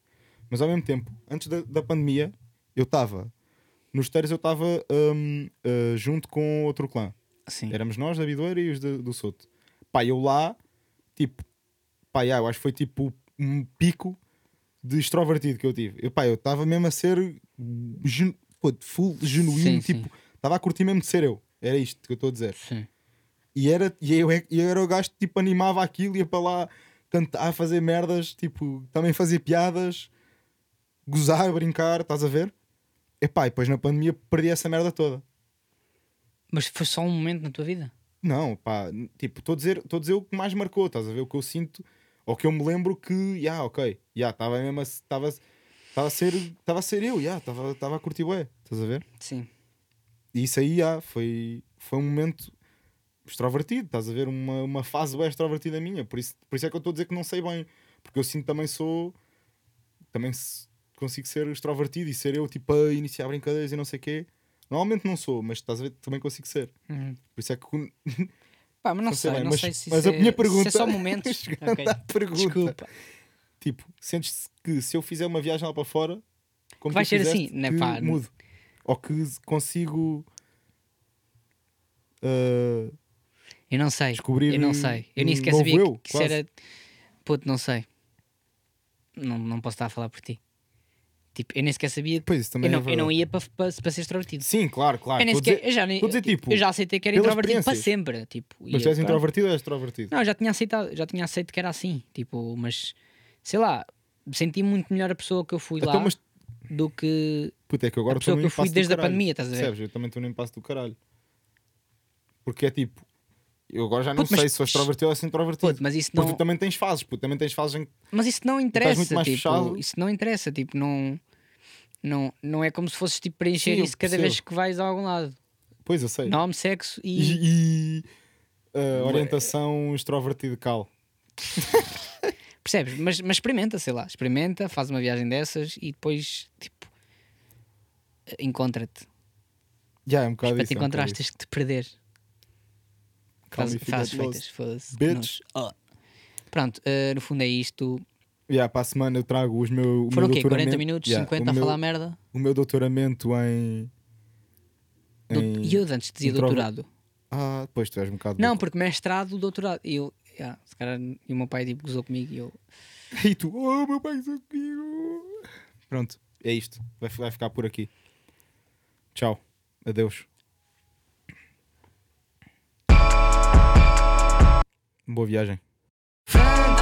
Speaker 1: Mas ao mesmo tempo, antes da, da pandemia, eu estava nos teiros, eu estava hum, uh, junto com outro clã.
Speaker 2: Sim.
Speaker 1: Éramos nós, da Bidoeira e os de- do Soto. Pá, eu lá, tipo, pá, já, eu acho que foi tipo um pico de extrovertido que eu tive. Eu, pá, eu estava mesmo a ser genu- pô, full genuíno,
Speaker 2: Sim,
Speaker 1: tipo, estava a curtir mesmo de ser eu. Era isto que eu estou a dizer.
Speaker 2: Sim.
Speaker 1: E era, e eu, é- e eu era o gajo que tipo, animava aquilo, ia para lá cantar, fazer merdas, tipo, também fazer piadas, gozar, brincar, estás a ver? Epá, e depois na pandemia perdi essa merda toda.
Speaker 2: Mas foi só um momento na tua vida?
Speaker 1: Não, pá, n- tipo, estou a dizer, estou a dizer o que mais marcou, estás a ver? O que eu sinto, ou que eu me lembro que, já, ok, já, estava mesmo a, se- estava estava a ser, estava a ser eu, já, estava estava a curtir bué, estás a ver?
Speaker 2: Sim.
Speaker 1: E isso aí, já, foi, foi um momento extrovertido, estás a ver? Uma, uma fase bué extrovertida minha, por isso, por isso é que eu estou a dizer que não sei bem, porque eu sinto também sou, também se- consigo ser extrovertido e ser eu, tipo, a iniciar brincadeiras e não sei o quê. Normalmente não sou, mas estás a ver, também consigo ser.
Speaker 2: Hum.
Speaker 1: Por isso é que
Speaker 2: Pá, mas não
Speaker 1: Sei
Speaker 2: sei,
Speaker 1: bem,
Speaker 2: não
Speaker 1: mas-
Speaker 2: sei se
Speaker 1: mas
Speaker 2: isso
Speaker 1: a minha
Speaker 2: é,
Speaker 1: pergunta- [laughs]
Speaker 2: se é só [laughs] momentos.
Speaker 1: Chegando
Speaker 2: Ok.
Speaker 1: à pergunta.
Speaker 2: Desculpa.
Speaker 1: Tipo, sentes que se eu fizer uma viagem lá para fora, como
Speaker 2: Vai
Speaker 1: tu
Speaker 2: ser
Speaker 1: fizeste,
Speaker 2: assim, né,
Speaker 1: que
Speaker 2: pá,
Speaker 1: mudo. Ou que consigo ah,
Speaker 2: Eu não sei.
Speaker 1: Descobrir
Speaker 2: eu não sei. Eu
Speaker 1: um
Speaker 2: nem sequer
Speaker 1: novo
Speaker 2: sabia que-
Speaker 1: eu,
Speaker 2: que isso
Speaker 1: quase.
Speaker 2: era. Puto, não sei. Não, não posso estar a falar por ti. Tipo, eu nem sequer sabia.
Speaker 1: Pois, isso também
Speaker 2: eu,
Speaker 1: é
Speaker 2: não, eu não
Speaker 1: verdade.
Speaker 2: ia para, para, para ser extrovertido.
Speaker 1: Sim, claro, claro.
Speaker 2: eu, nem
Speaker 1: Estou a
Speaker 2: sequer,
Speaker 1: dizer-
Speaker 2: eu já nem.
Speaker 1: estou a dizer,
Speaker 2: tipo,
Speaker 1: tipo,
Speaker 2: eu já aceitei que era
Speaker 1: pelas
Speaker 2: introvertido para
Speaker 1: experiências.
Speaker 2: sempre. Tipo,
Speaker 1: Mas
Speaker 2: ia
Speaker 1: tu és
Speaker 2: para-
Speaker 1: introvertido ou és extrovertido?
Speaker 2: Não, já tinha aceitado, já tinha aceito que era assim. Tipo, mas sei lá, senti muito melhor a pessoa que eu fui
Speaker 1: Então,
Speaker 2: lá
Speaker 1: mas-
Speaker 2: do que
Speaker 1: Puta, é que eu agora
Speaker 2: pessoa
Speaker 1: estou no
Speaker 2: que eu fui
Speaker 1: impasse do
Speaker 2: desde a
Speaker 1: caralho.
Speaker 2: pandemia, estás a ver?
Speaker 1: Percebes? Eu também estou no impasse do caralho. Porque é tipo, Eu agora já não
Speaker 2: Puto, mas-
Speaker 1: sei se sou extrovertido ou se introvertido.
Speaker 2: Puto, mas isso
Speaker 1: Porque
Speaker 2: não-
Speaker 1: tu também tens fases, puto, também tens fases em que.
Speaker 2: Mas isso não
Speaker 1: estás
Speaker 2: interessa,
Speaker 1: muito mais
Speaker 2: tipo,
Speaker 1: fechado.
Speaker 2: isso não interessa, tipo, não, não, não é como se fosses tipo, preencher
Speaker 1: Sim, eu
Speaker 2: isso cada
Speaker 1: percebo.
Speaker 2: vez que vais a algum lado.
Speaker 1: Pois eu sei.
Speaker 2: Nome, sexo e.
Speaker 1: E. e, ah, orientação extrovertidical.
Speaker 2: Percebes? Mas, mas experimenta, sei lá, experimenta, faz uma viagem dessas e depois, tipo, encontra-te.
Speaker 1: Já é um
Speaker 2: Mas
Speaker 1: bocado
Speaker 2: Para
Speaker 1: isso.
Speaker 2: te
Speaker 1: é um bocado
Speaker 2: encontrar,
Speaker 1: isso.
Speaker 2: tens que te perder.
Speaker 1: Call
Speaker 2: Frases
Speaker 1: me if you
Speaker 2: frases
Speaker 1: get lost.
Speaker 2: feitas, foda-se. que
Speaker 1: Bitch.
Speaker 2: nojo. Oh. Pronto, eh, no fundo é isto.
Speaker 1: Yeah, para a semana eu trago os meus.
Speaker 2: Foram
Speaker 1: o
Speaker 2: o
Speaker 1: meu
Speaker 2: quê? 40
Speaker 1: doutoramento-
Speaker 2: minutos,
Speaker 1: Yeah,
Speaker 2: 50
Speaker 1: o meu,
Speaker 2: a falar merda?
Speaker 1: O meu doutoramento em.
Speaker 2: Do-
Speaker 1: em-
Speaker 2: E eu antes dizia
Speaker 1: introver-
Speaker 2: doutorado.
Speaker 1: Ah, depois tu és um bocado.
Speaker 2: Não, porque mestrado, doutorado. E eu, yeah, se calhar, e o meu pai tipo, gozou comigo e eu.
Speaker 1: E tu, oh meu pai, sou comigo. Pronto, é isto. Vai, vai ficar por aqui. Tchau. Adeus. Boa viagem.
Speaker 3: Frango